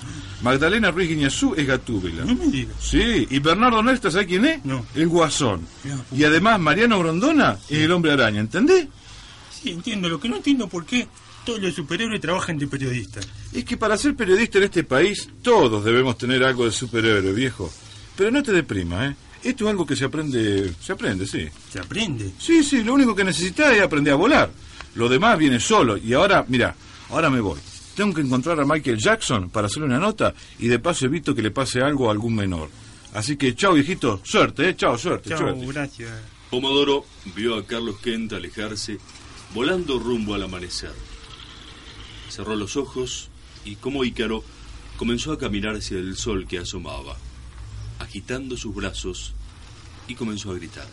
Magdalena Ruiz Guiñazú es Gatúbela.
No me digas.
Sí, y Bernardo Nesta, ¿sabes quién es?
No.
El Guasón.
No.
Y además Mariano Grondona es el Hombre Araña, ¿entendés?
Sí, entiendo. Lo que no entiendo por qué todos los superhéroes trabajan de periodistas.
Es que para ser periodista en este país, todos debemos tener algo de superhéroe, viejo. Pero no te deprimas, ¿eh? Esto es algo que se aprende... Se aprende, sí.
Se aprende.
Sí, sí, lo único que necesitas es aprender a volar. Lo demás viene solo. Y ahora, mira, ahora me voy. Tengo que encontrar a Michael Jackson para hacerle una nota y de paso evito que le pase algo a algún menor. Así que chao, viejito. Suerte, ¿eh? Chao, suerte,
Chao,
suerte.
gracias.
Pomodoro vio a Carlos Kent alejarse, volando rumbo al amanecer. Cerró los ojos y, como Ícaro, comenzó a caminar hacia el sol que asomaba, agitando sus brazos y comenzó a gritar.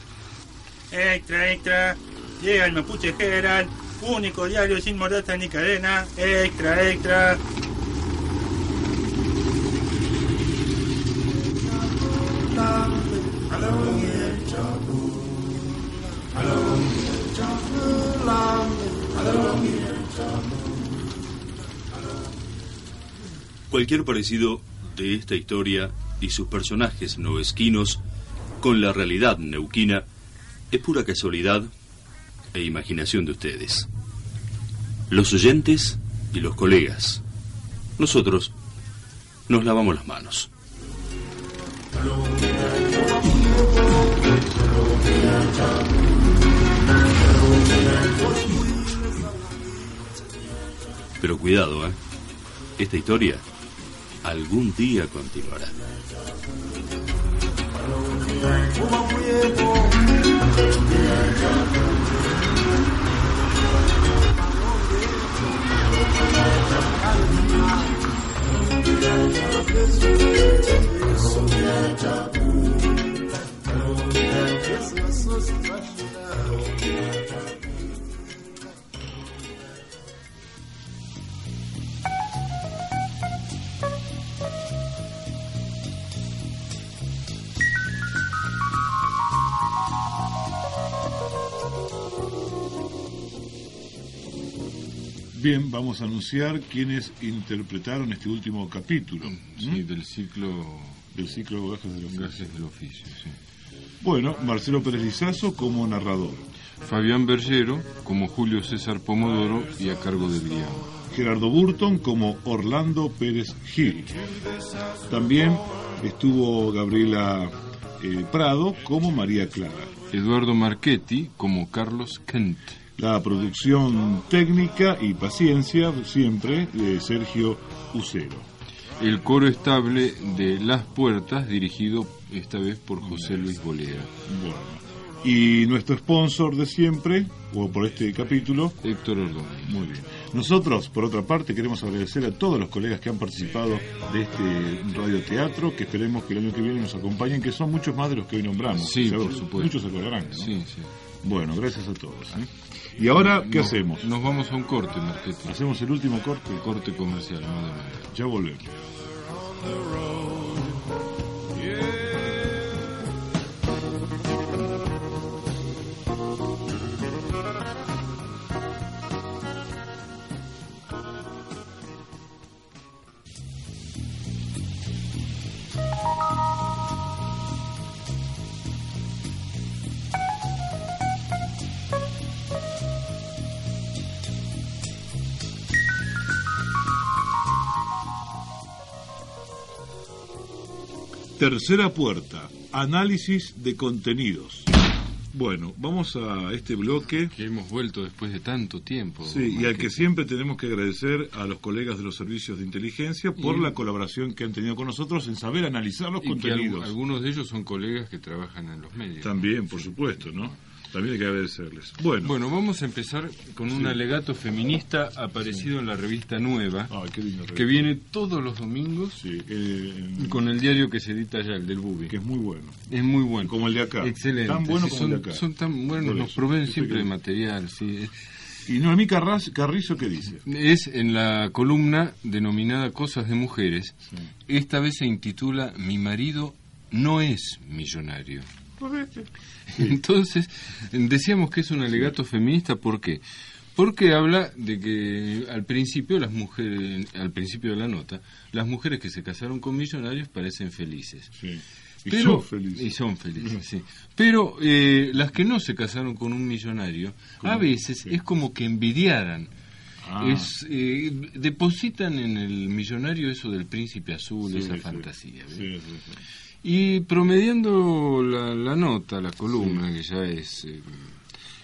Extra, extra. Llega el Mapuche Herald, único diario sin mordaza ni cadena. Extra, extra.
Cualquier parecido de esta historia y sus personajes noesquinos con la realidad neuquina es pura casualidad e imaginación de ustedes. Los oyentes y los colegas. Nosotros nos lavamos las manos. Pero cuidado, ¿eh? Esta historia algún día continuará.
Bien, vamos a anunciar quienes interpretaron este último capítulo. Sí, del ciclo... Del ciclo Gajes del Oficio. Bueno, Marcelo Pérez Lizazo como narrador.
Fabián Bergero como Julio César Pomodoro y a cargo de Brian.
Gerardo Burton como Orlando Pérez Gil. También estuvo Gabriela eh, Prado como María Clara.
Eduardo Marchetti como Carlos Kent.
La producción técnica y paciencia siempre de Sergio Ucero.
El coro estable de Las Puertas dirigido esta vez por José Luis Bolea.
Y nuestro sponsor de siempre, o por este capítulo, Héctor Ordóñez. Muy bien. Nosotros, por otra parte, queremos agradecer a todos los colegas que han participado de este radioteatro, que esperemos que el año que viene nos acompañen, que son muchos más de los que hoy nombramos.
Sí,
Seguro,
por supuesto.
Muchos se acordarán. ¿no?
Sí, sí.
Bueno, gracias a todos. ¿eh? ¿Y ahora qué
No,
hacemos?
Nos vamos a un corte, Marquete.
¿Hacemos el último corte?
corte comercial, no de manera.
Ya volvemos. Tercera puerta, análisis de contenidos. Bueno, vamos a este bloque.
Que hemos vuelto después de tanto tiempo.
Sí, y al que siempre tenemos que agradecer a los colegas de los servicios de inteligencia por
Y-
la colaboración que han tenido con nosotros en saber analizar los
Y que algu-
contenidos.
algunos de ellos son colegas que trabajan en los medios.
También, por supuesto, ¿no? También hay que agradecerles. Bueno,
Bueno, vamos a empezar con un
Sí.
alegato feminista aparecido en la revista Nueva,
revista.
que viene todos los domingos con el diario que se edita allá, el del Bubi. Que
eh, es muy bueno.
Es muy bueno.
Como el de acá.
Excelente.
Tan bueno
Sí,
como
son,
el de acá.
son tan buenos,
Por
nos
eso,
proveen
eso
siempre
que-
de material. Sí.
¿Y Noemí Carras- Carrizo qué dice?
Es en la columna denominada Cosas de Mujeres. Esta vez se intitula Mi marido no es millonario. Entonces, decíamos que es un alegato feminista, ¿por qué? Porque habla de que al principio las mujeres, al principio de la nota, las mujeres que se casaron con millonarios parecen felices.
Y son felices.
y son felices, sí. Pero eh, las que no se casaron con un millonario, a veces es como que envidiaran.
Ah.
Es, eh, depositan en el millonario eso del príncipe azul,
Sí,
esa
sí.
fantasía. ¿ves?
Sí, sí, sí.
Y promediando la, la nota, la columna, que ya es, eh,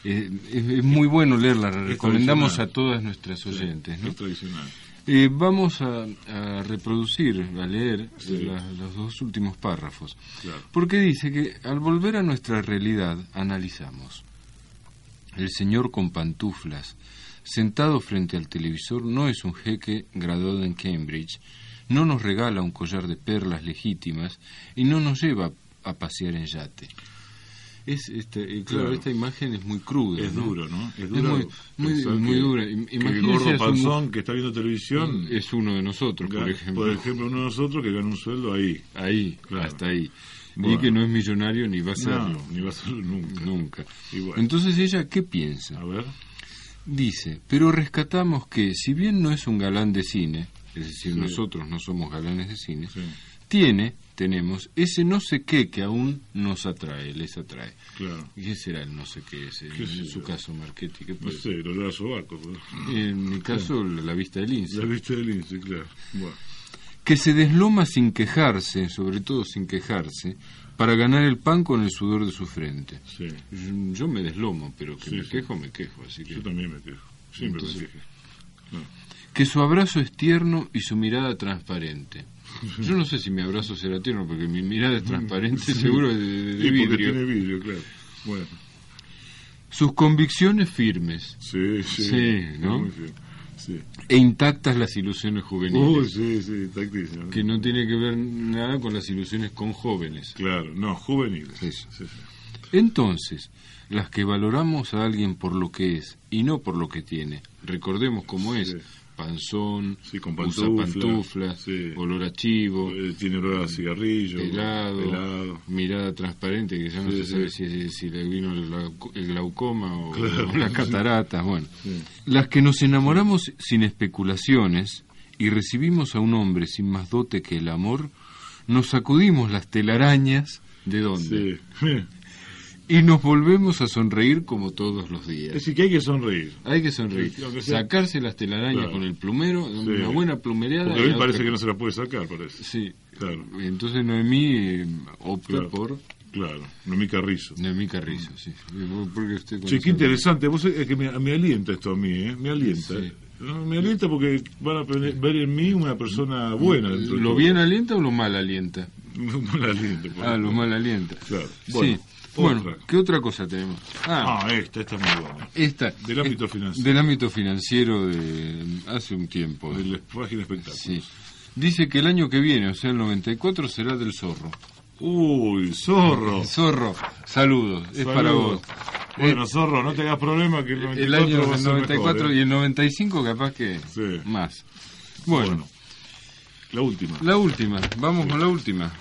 eh, es, es muy bueno leerla, la
Es
recomendamos a
tradicional.
todas nuestras
Sí,
oyentes. ¿no?
Es tradicional.
Eh, vamos a, a reproducir, a leer
Sí.
la- los dos últimos párrafos,
Claro.
porque dice que al volver a nuestra realidad analizamos. El señor con pantuflas, sentado frente al televisor, no es un jeque graduado en Cambridge, no nos regala un collar de perlas legítimas y no nos lleva a pasear en yate. Es este, eh, claro,
Claro.
esta imagen es muy cruda.
Es
¿no?
duro, ¿no?
Es,
duro
muy, muy-
pensar
muy
que-
dura. Im-
que el
imagínese
gordo
a su mu-
panzón que está viendo televisión.
es uno de nosotros, por
Ga-
ejemplo.
Mm. Por ejemplo, uno de nosotros que gana un sueldo ahí.
Ahí, hasta ahí.
Bueno.
Y que no es millonario ni va a serlo.
No, ni va a serlo nunca.
Nunca.
Y bueno.
Entonces ella, ¿qué piensa?
A ver.
Dice, pero rescatamos que, si bien no es un galán de cine, es decir,
Sí.
nosotros no somos galanes de cine,
Sí,
tiene, tenemos, ese no sé qué que aún nos atrae, les atrae.
claro.
¿Y qué será el no sé qué ese?
¿Qué
en
sé
su
yo?
caso, Marchetti, ¿qué
No
puede
sé, el olor a pues. sobaco. ¿no?
En mi caso, la, la vista del lince.
La vista del lince, claro. Bueno.
que se desloma sin quejarse, sobre todo sin quejarse, para ganar el pan con el sudor de su frente.
Sí.
Yo, yo me deslomo, pero que
Sí,
me
sí.
quejo, me quejo. Así que...
Yo también me quejo. Siempre
Entonces-
me quejo.
que su abrazo es tierno y su mirada
[LAUGHS]
transparente. Yo no sé si mi abrazo será tierno, porque mi mirada es
[LAUGHS]
transparente, seguro de, de- de
Y porque
vidrio.
tiene vidrio, claro. Bueno.
Sus convicciones firmes
Sí, sí.
Sí, ¿no?
Muy bien. Sí.
e intactas las ilusiones juveniles.
Uy, sí, sí, tactísimo.
que no tiene que ver nada con las ilusiones con jóvenes.
Claro, no, juveniles.
Eso.
Sí, sí.
Entonces, las que valoramos a alguien por lo que es y no por lo que tiene, recordemos cómo es, panzón,
con
usa
pantuflas,
pantuflas, olor a chivo,
Eh, tiene olor a cigarrillo,
helado,
helado.
mirada transparente que ya no
Sí,
se sabe si, si le vino el, glau- el glaucoma o, o las cataratas, bueno. Las que nos enamoramos sin especulaciones y recibimos a un hombre sin más dote que el amor, nos sacudimos las telarañas de dónde. y nos volvemos a sonreír como todos los días.
Es decir, que hay que sonreír.
Hay que sonreír.
Sí, aunque sea-
Sacarse las telarañas
Claro.
con el plumero,
Sí.
una buena plumereada.
Porque a
y
mí
la
parece
otra-
que no se la puede sacar, parece.
Sí.
Claro.
Entonces Noemí eh, opta
Claro.
por...
Claro, Noemí Carrizo.
Noemí Carrizo, sí. Porque usted
Che,
conoce-
qué interesante. Vos sabés que me, me alienta esto a mí, ¿eh? Me alienta. ¿eh? No, me alienta porque van a pre- ver en mí una persona buena. dentro de
¿Lo
todo.
bien alienta o lo mal alienta?
No, [LAUGHS] no la alienta. por
Ah,
ejemplo.
lo mal alienta.
Claro.
Bueno,
Bueno,
bueno
otra.
¿qué otra cosa tenemos?
Ah, esta, esta es muy buena.
Esta,
Del ámbito financiero.
Del ámbito financiero de hace un tiempo.
De la página espectáculos.
Sí. Dice que el año que viene, o sea, el 94, será del zorro.
Uy, zorro.
Zorro, saludos, es
Saludos.
para vos.
Bueno,
Eh,
zorro, no tengas problema que el 94
el año
va a
del
ser
94
mejor, ¿eh?
y el 95 capaz que más. Bueno,
la última.
La última, vamos con la última.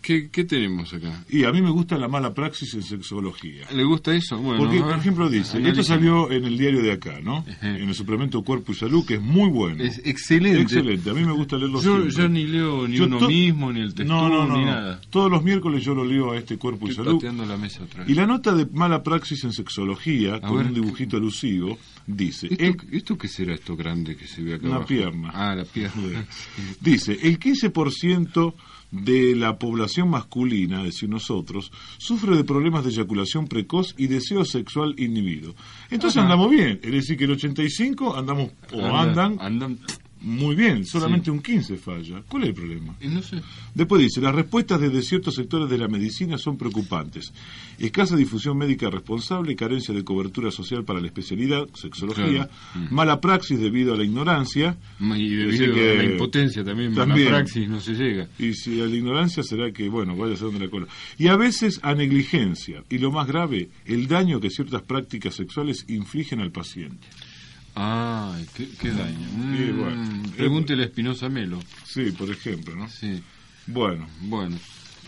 ¿Qué, qué tenemos acá?
Y a mí me gusta la mala praxis en sexología.
¿Le gusta eso? Bueno,
Porque,
a ver,
por ejemplo, dice, esto
analicemos.
salió en el diario de acá, ¿no? En el suplemento Cuerpo y Salud, que es muy bueno.
Es excelente.
Excelente, a mí me gusta leerlo
Yo,
siempre.
yo ni leo ni
Yo
uno
to-
mismo, ni el texto,
No, no, no,
ni
no.
nada.
Todos los miércoles yo lo leo a este Cuerpo y
Estoy
Salud.
pateando la mesa otra vez.
Y la nota de mala praxis en sexología, con
ver,
un dibujito alusivo, dice...
¿Esto, esto qué será esto grande que se ve acá
Una
abajo?
pierna.
Ah, la pierna. [LAUGHS]
Dice, el 15% de la población masculina, es decir, nosotros, sufre de problemas de eyaculación precoz y deseo sexual inhibido. Entonces
Ajá.
andamos bien, es decir, que el 85 andamos o
Andan-
andan, muy bien, solamente un 15 falla. ¿Cuál es el problema?
Y no sé.
Después dice, las respuestas desde ciertos sectores de la medicina son preocupantes. Escasa difusión médica responsable, carencia de cobertura social para la especialidad, sexología,
Claro. Mm.
mala praxis debido a la ignorancia.
Y
Es
debido
decir
a la
que-
impotencia también,
También.
la praxis no se llega.
Y si a la ignorancia será que, bueno, vaya a ser donde la cola. Y a veces a negligencia. Y lo más grave, el daño que ciertas prácticas sexuales infligen al paciente.
Ah, qué, qué daño.
Y
Mm,
bueno.
Pregúntele a Espinosa Melo.
Sí, por ejemplo, ¿no?
Sí.
Bueno.
Bueno.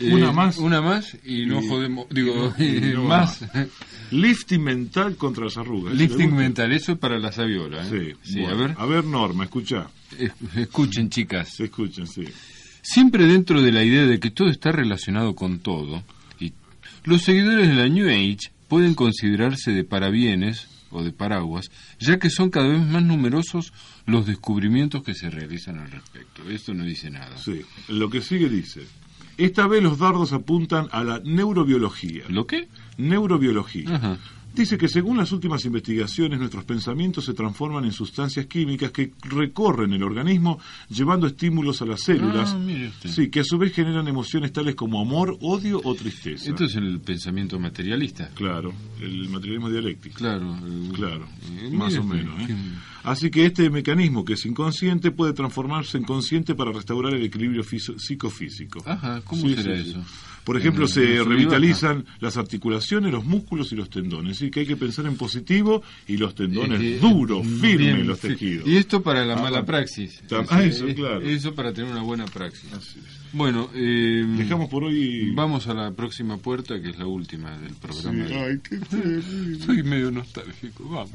una
Eh,
más.
Una más y no jodemos. Digo, [LAUGHS] más.
Lifting mental contra las arrugas. ¿Le
Lifting
gusta?
mental, eso es para la sabiola. ¿eh?
Sí, bueno.
a ver.
A ver, Norma, escucha.
Escuchen, chicas.
Escuchen, sí.
Siempre dentro de la idea de que todo está relacionado con todo, y los seguidores de la New Age pueden considerarse de parabienes o de paraguas, ya que son cada vez más numerosos los descubrimientos que se realizan al respecto. Esto no dice nada.
Sí. Lo que sigue dice. Esta vez los dardos apuntan a la neurobiología.
¿Lo qué?
Neurobiología. Dice que según las últimas investigaciones, nuestros pensamientos se transforman en sustancias químicas que recorren el organismo llevando estímulos a las células.
Ah, mire usted.
sí, que a su vez generan emociones tales como amor, odio o tristeza.
Esto es el pensamiento materialista.
Claro, el materialismo dialéctico.
Claro, eh,
Claro,
eh,
más
mire
o
usted,
menos. ¿eh?
qué-
Así que este mecanismo que es inconsciente puede transformarse en consciente para restaurar el equilibrio fiso- psicofísico.
Ajá, ¿cómo
Sí,
será
sí, sí.
eso?
Por ejemplo,
Eh,
se
¿subir y
revitalizan las articulaciones, los músculos y los tendones. Así que hay que pensar en positivo y los tendones
Eh,
duros, firmes
bien,
los
sí.
tejidos.
Y esto para la
Ah,
mala
bueno.
praxis.
Tam- ah,
Eh,
eso, claro.
Eso para tener una buena praxis. Bueno, eh,
Dejamos por hoy.
Vamos a la próxima puerta, que es la última del
Sí,
programa. de-
ay,
[LAUGHS]
qué terrible.
Soy medio nostálgico, vamos.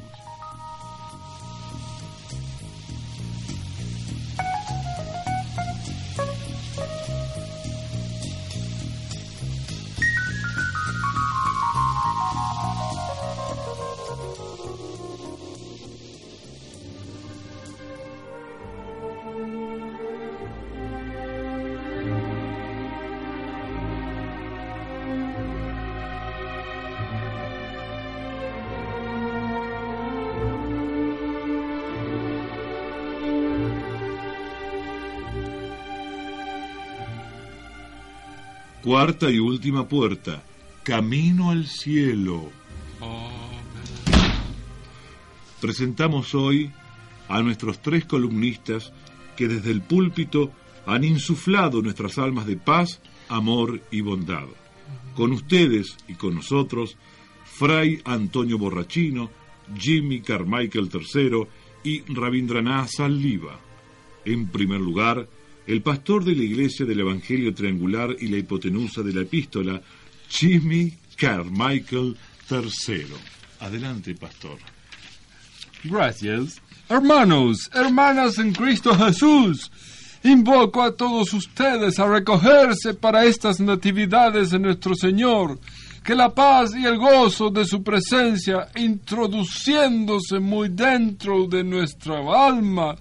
Cuarta y última puerta. Camino al cielo. Presentamos hoy a nuestros tres columnistas que desde el púlpito han insuflado nuestras almas de paz, amor y bondad. Con ustedes y con nosotros, Fray Antonio Borrachino, Jimmy Carmichael III
y Rabindranath Saliva. En primer lugar, el pastor de la iglesia del Evangelio Triangular y la hipotenusa de la epístola, Jimmy Carmichael III. Adelante, pastor.
Gracias. Hermanos, hermanas en Cristo Jesús, invoco a todos ustedes a recogerse para estas natividades de nuestro Señor, que la paz y el gozo de su presencia, introduciéndose muy dentro de nuestra alma,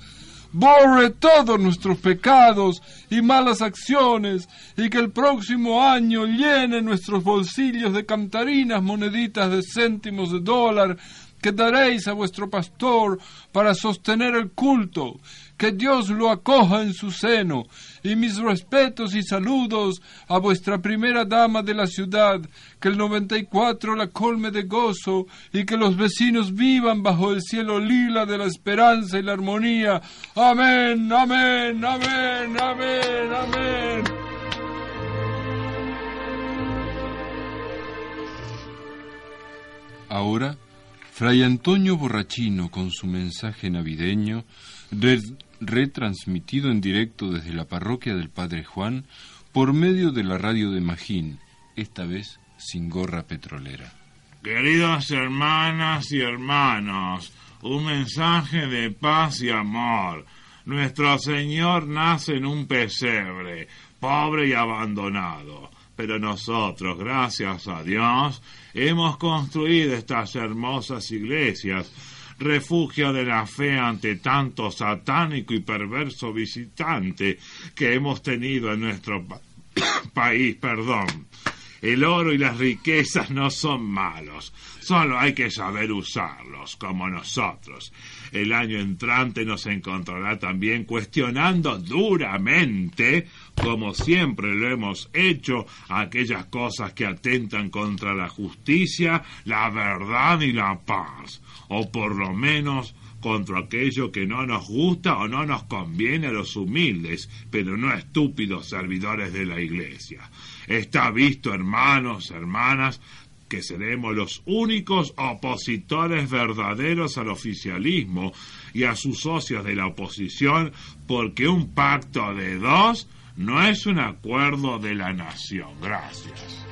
borre todos nuestros pecados y malas acciones y que el próximo año llene nuestros bolsillos de cantarinas, moneditas de céntimos de dólar que daréis a vuestro pastor para sostener el culto, que Dios lo acoja en su seno, y mis respetos y saludos a vuestra primera dama de la ciudad, que el 94 la colme de gozo, y que los vecinos vivan bajo el cielo lila de la esperanza y la armonía. Amén, amén, amén, amén, amén.
Ahora, Fray Antonio Borrachino con su mensaje navideño, re- retransmitido en directo desde la parroquia del Padre Juan por medio de la radio de Magín, esta vez sin gorra petrolera.
Queridos hermanas y hermanos, un mensaje de paz y amor. Nuestro Señor nace en un pesebre, pobre y abandonado. Pero nosotros, gracias a Dios, hemos construido estas hermosas iglesias, refugio de la fe ante tanto satánico y perverso visitante que hemos tenido en nuestro pa- [COUGHS] país, perdón. El oro y las riquezas no son malos, solo hay que saber usarlos, como nosotros. El año entrante nos encontrará también cuestionando duramente, como siempre lo hemos hecho, aquellas cosas que atentan contra la justicia, la verdad y la paz, o por lo menos contra aquello que no nos gusta o no nos conviene a los humildes, pero no estúpidos servidores de la Iglesia. Está visto, hermanos, hermanas, que seremos los únicos opositores verdaderos al oficialismo y a sus socios de la oposición, porque un pacto de dos no es un acuerdo de la nación. Gracias.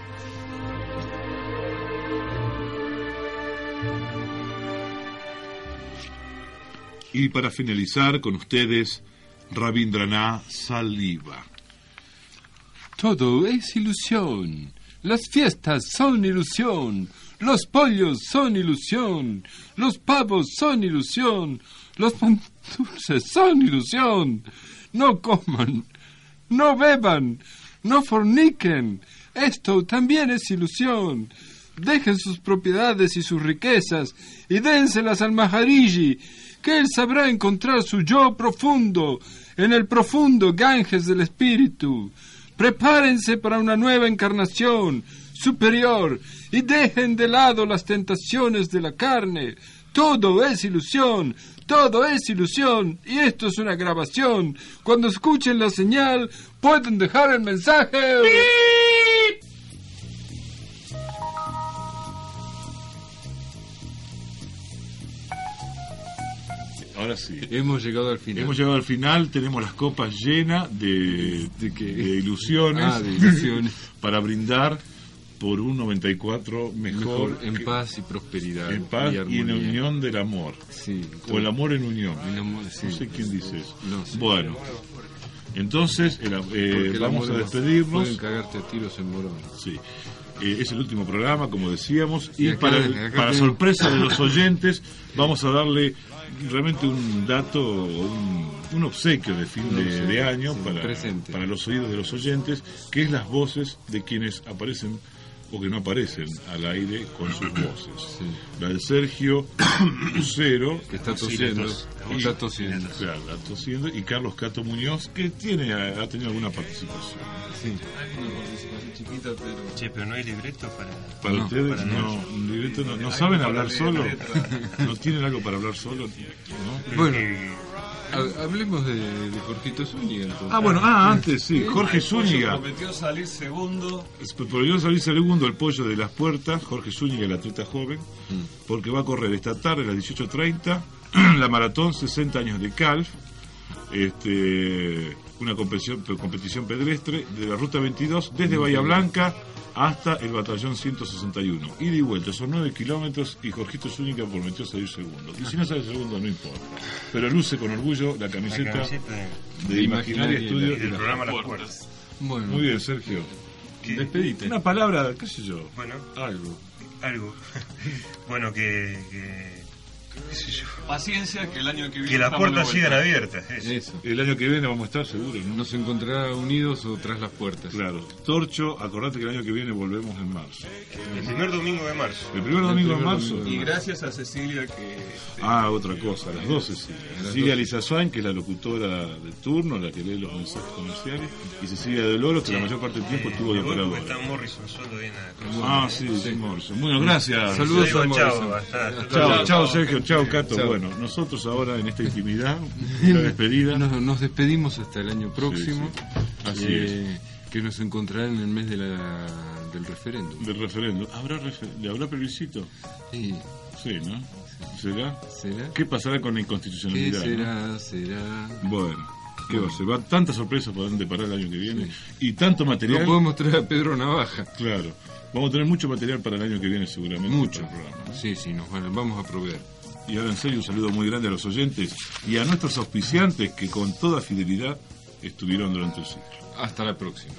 Y para finalizar con ustedes, Rabindranath Saliva.
Todo es ilusión. Las fiestas son ilusión. Los pollos son ilusión. Los pavos son ilusión. Los pan dulces son ilusión. No coman. No beban. No forniquen. Esto también es ilusión. Dejen sus propiedades y sus riquezas y dénselas al Maharishi, que él sabrá encontrar su yo profundo en el profundo Ganges del espíritu. Prepárense para una nueva encarnación superior y dejen de lado las tentaciones de la carne. Todo es ilusión, todo es ilusión y esto es una grabación. Cuando escuchen la señal pueden dejar el mensaje.
Ahora sí.
Hemos llegado al final.
Hemos llegado al final, tenemos las copas llenas de, de ilusiones,
Ah, de ilusiones.
[LAUGHS] para brindar por un 94 mejor,
Mejor en
que-
paz y prosperidad.
en paz y, en la
armonía.
unión Eh, del amor. o el amor en unión. No sé quién dice eso. Bueno, entonces el- eh,
Porque el
vamos a
amor
despedirnos.
Pueden cagarte a tiros en morón.
Sí. Eh, es el último programa, como decíamos, y,
Y acá-
para,
acá
para
tenemos-
sorpresa de
[LAUGHS]
los oyentes vamos a darle realmente un dato, un, un obsequio de fin
Un
de,
obsequio,
de año
sí,
para,
presente.
para los oídos de los oyentes, que es las voces de quienes aparecen o que no aparecen al aire con sus voces. La de Sergio Lucero,
Que está tosiendo,
y,
está tosiendo.
claro, está tosiendo, y Carlos Cato Muñoz, que tiene ha ha tenido alguna participación.
chiquita, pero...
Che, pero no hay libreto para...
Para
No,
ustedes
para
no,
nosotros.
un libreto no, no
Algo
saben
para
hablar
leer,
solo,
letra.
no tienen algo para hablar solo. ¿no?
Bueno,
Ha- Hablemos de, de Jorgito Zúñiga. entonces.
Ah, bueno, ah, antes, sí,
Eh,
Jorge
el pollo
Zúñiga.
Prometió salir segundo.
Volvió a salir segundo el pollo de las puertas, Jorge Zúñiga, el atleta joven,
Mm.
porque va a correr esta tarde a las 18.30 [CLEARS THROAT] la maratón 60 años de Calf, este, una competición, competición pedestre de la ruta 22 desde Bahía Blanca hasta el batallón 161. Ida y vuelta, son 9 kilómetros y Jorgito Zúñiga prometió salir segundo. Y si no sale segundo, no importa. Pero luce con orgullo la camiseta,
camiseta
de,
de
Imaginaria
Imaginaria
Estudio
y del programa Las Puertas. Bueno.
Muy bien, Sergio.
Despedite.
Una palabra, qué sé yo.
Bueno.
Algo.
Algo. [LAUGHS] bueno, que. que qué sé yo.
Paciencia, que el año que viene.
Que las
estamos de vuelta.
puertas sigan abiertas. eh. eso.
El año que viene vamos a estar seguros. Nos encontrará unidos o tras las puertas. Claro. Torcho, acordate que el año que viene volvemos en marzo.
El primer domingo de marzo.
El primer domingo de marzo.
Y gracias a Cecilia que.
Ah, otra cosa, a las 12 sí.
A las
Cecilia
12.
Lizazuán, que es la locutora de turno, la que lee los mensajes comerciales, y Cecilia de Loro, que la mayor parte del tiempo estuvo de operadora.
Está Morrison solo bien a
Ah, sí, sí, Morrison. Bueno, gracias.
Saludos a Morrison.
Chao, chao, Sergio, chao, Cato. Bueno, nosotros ahora en esta
[LAUGHS]
intimidad, la despedida.
Nos, nos despedimos hasta el año próximo. Eh,
sí. Así
Que nos encontrarán en el mes de la, del referéndum.
Del referéndum. ¿Habrá refer- ¿Le habrá plebiscito?
Sí.
Sí, ¿no? ¿Será?
¿Será?
¿Qué pasará con la
¿Qué
inconstitucionalidad? no?
será? ¿Será?
Bueno, ¿qué va a ser? Va- Tantas sorpresas podrán deparar el año que viene y tanto material.
Lo podemos
traer a Pedro Navaja. Claro. Vamos a tener mucho material para el año que viene, seguramente. Mucho. Sí, sí, nos vamos a proveer. Y ahora en serio, un saludo muy grande a los oyentes y a nuestros auspiciantes que con toda fidelidad estuvieron durante el ciclo. Hasta la próxima.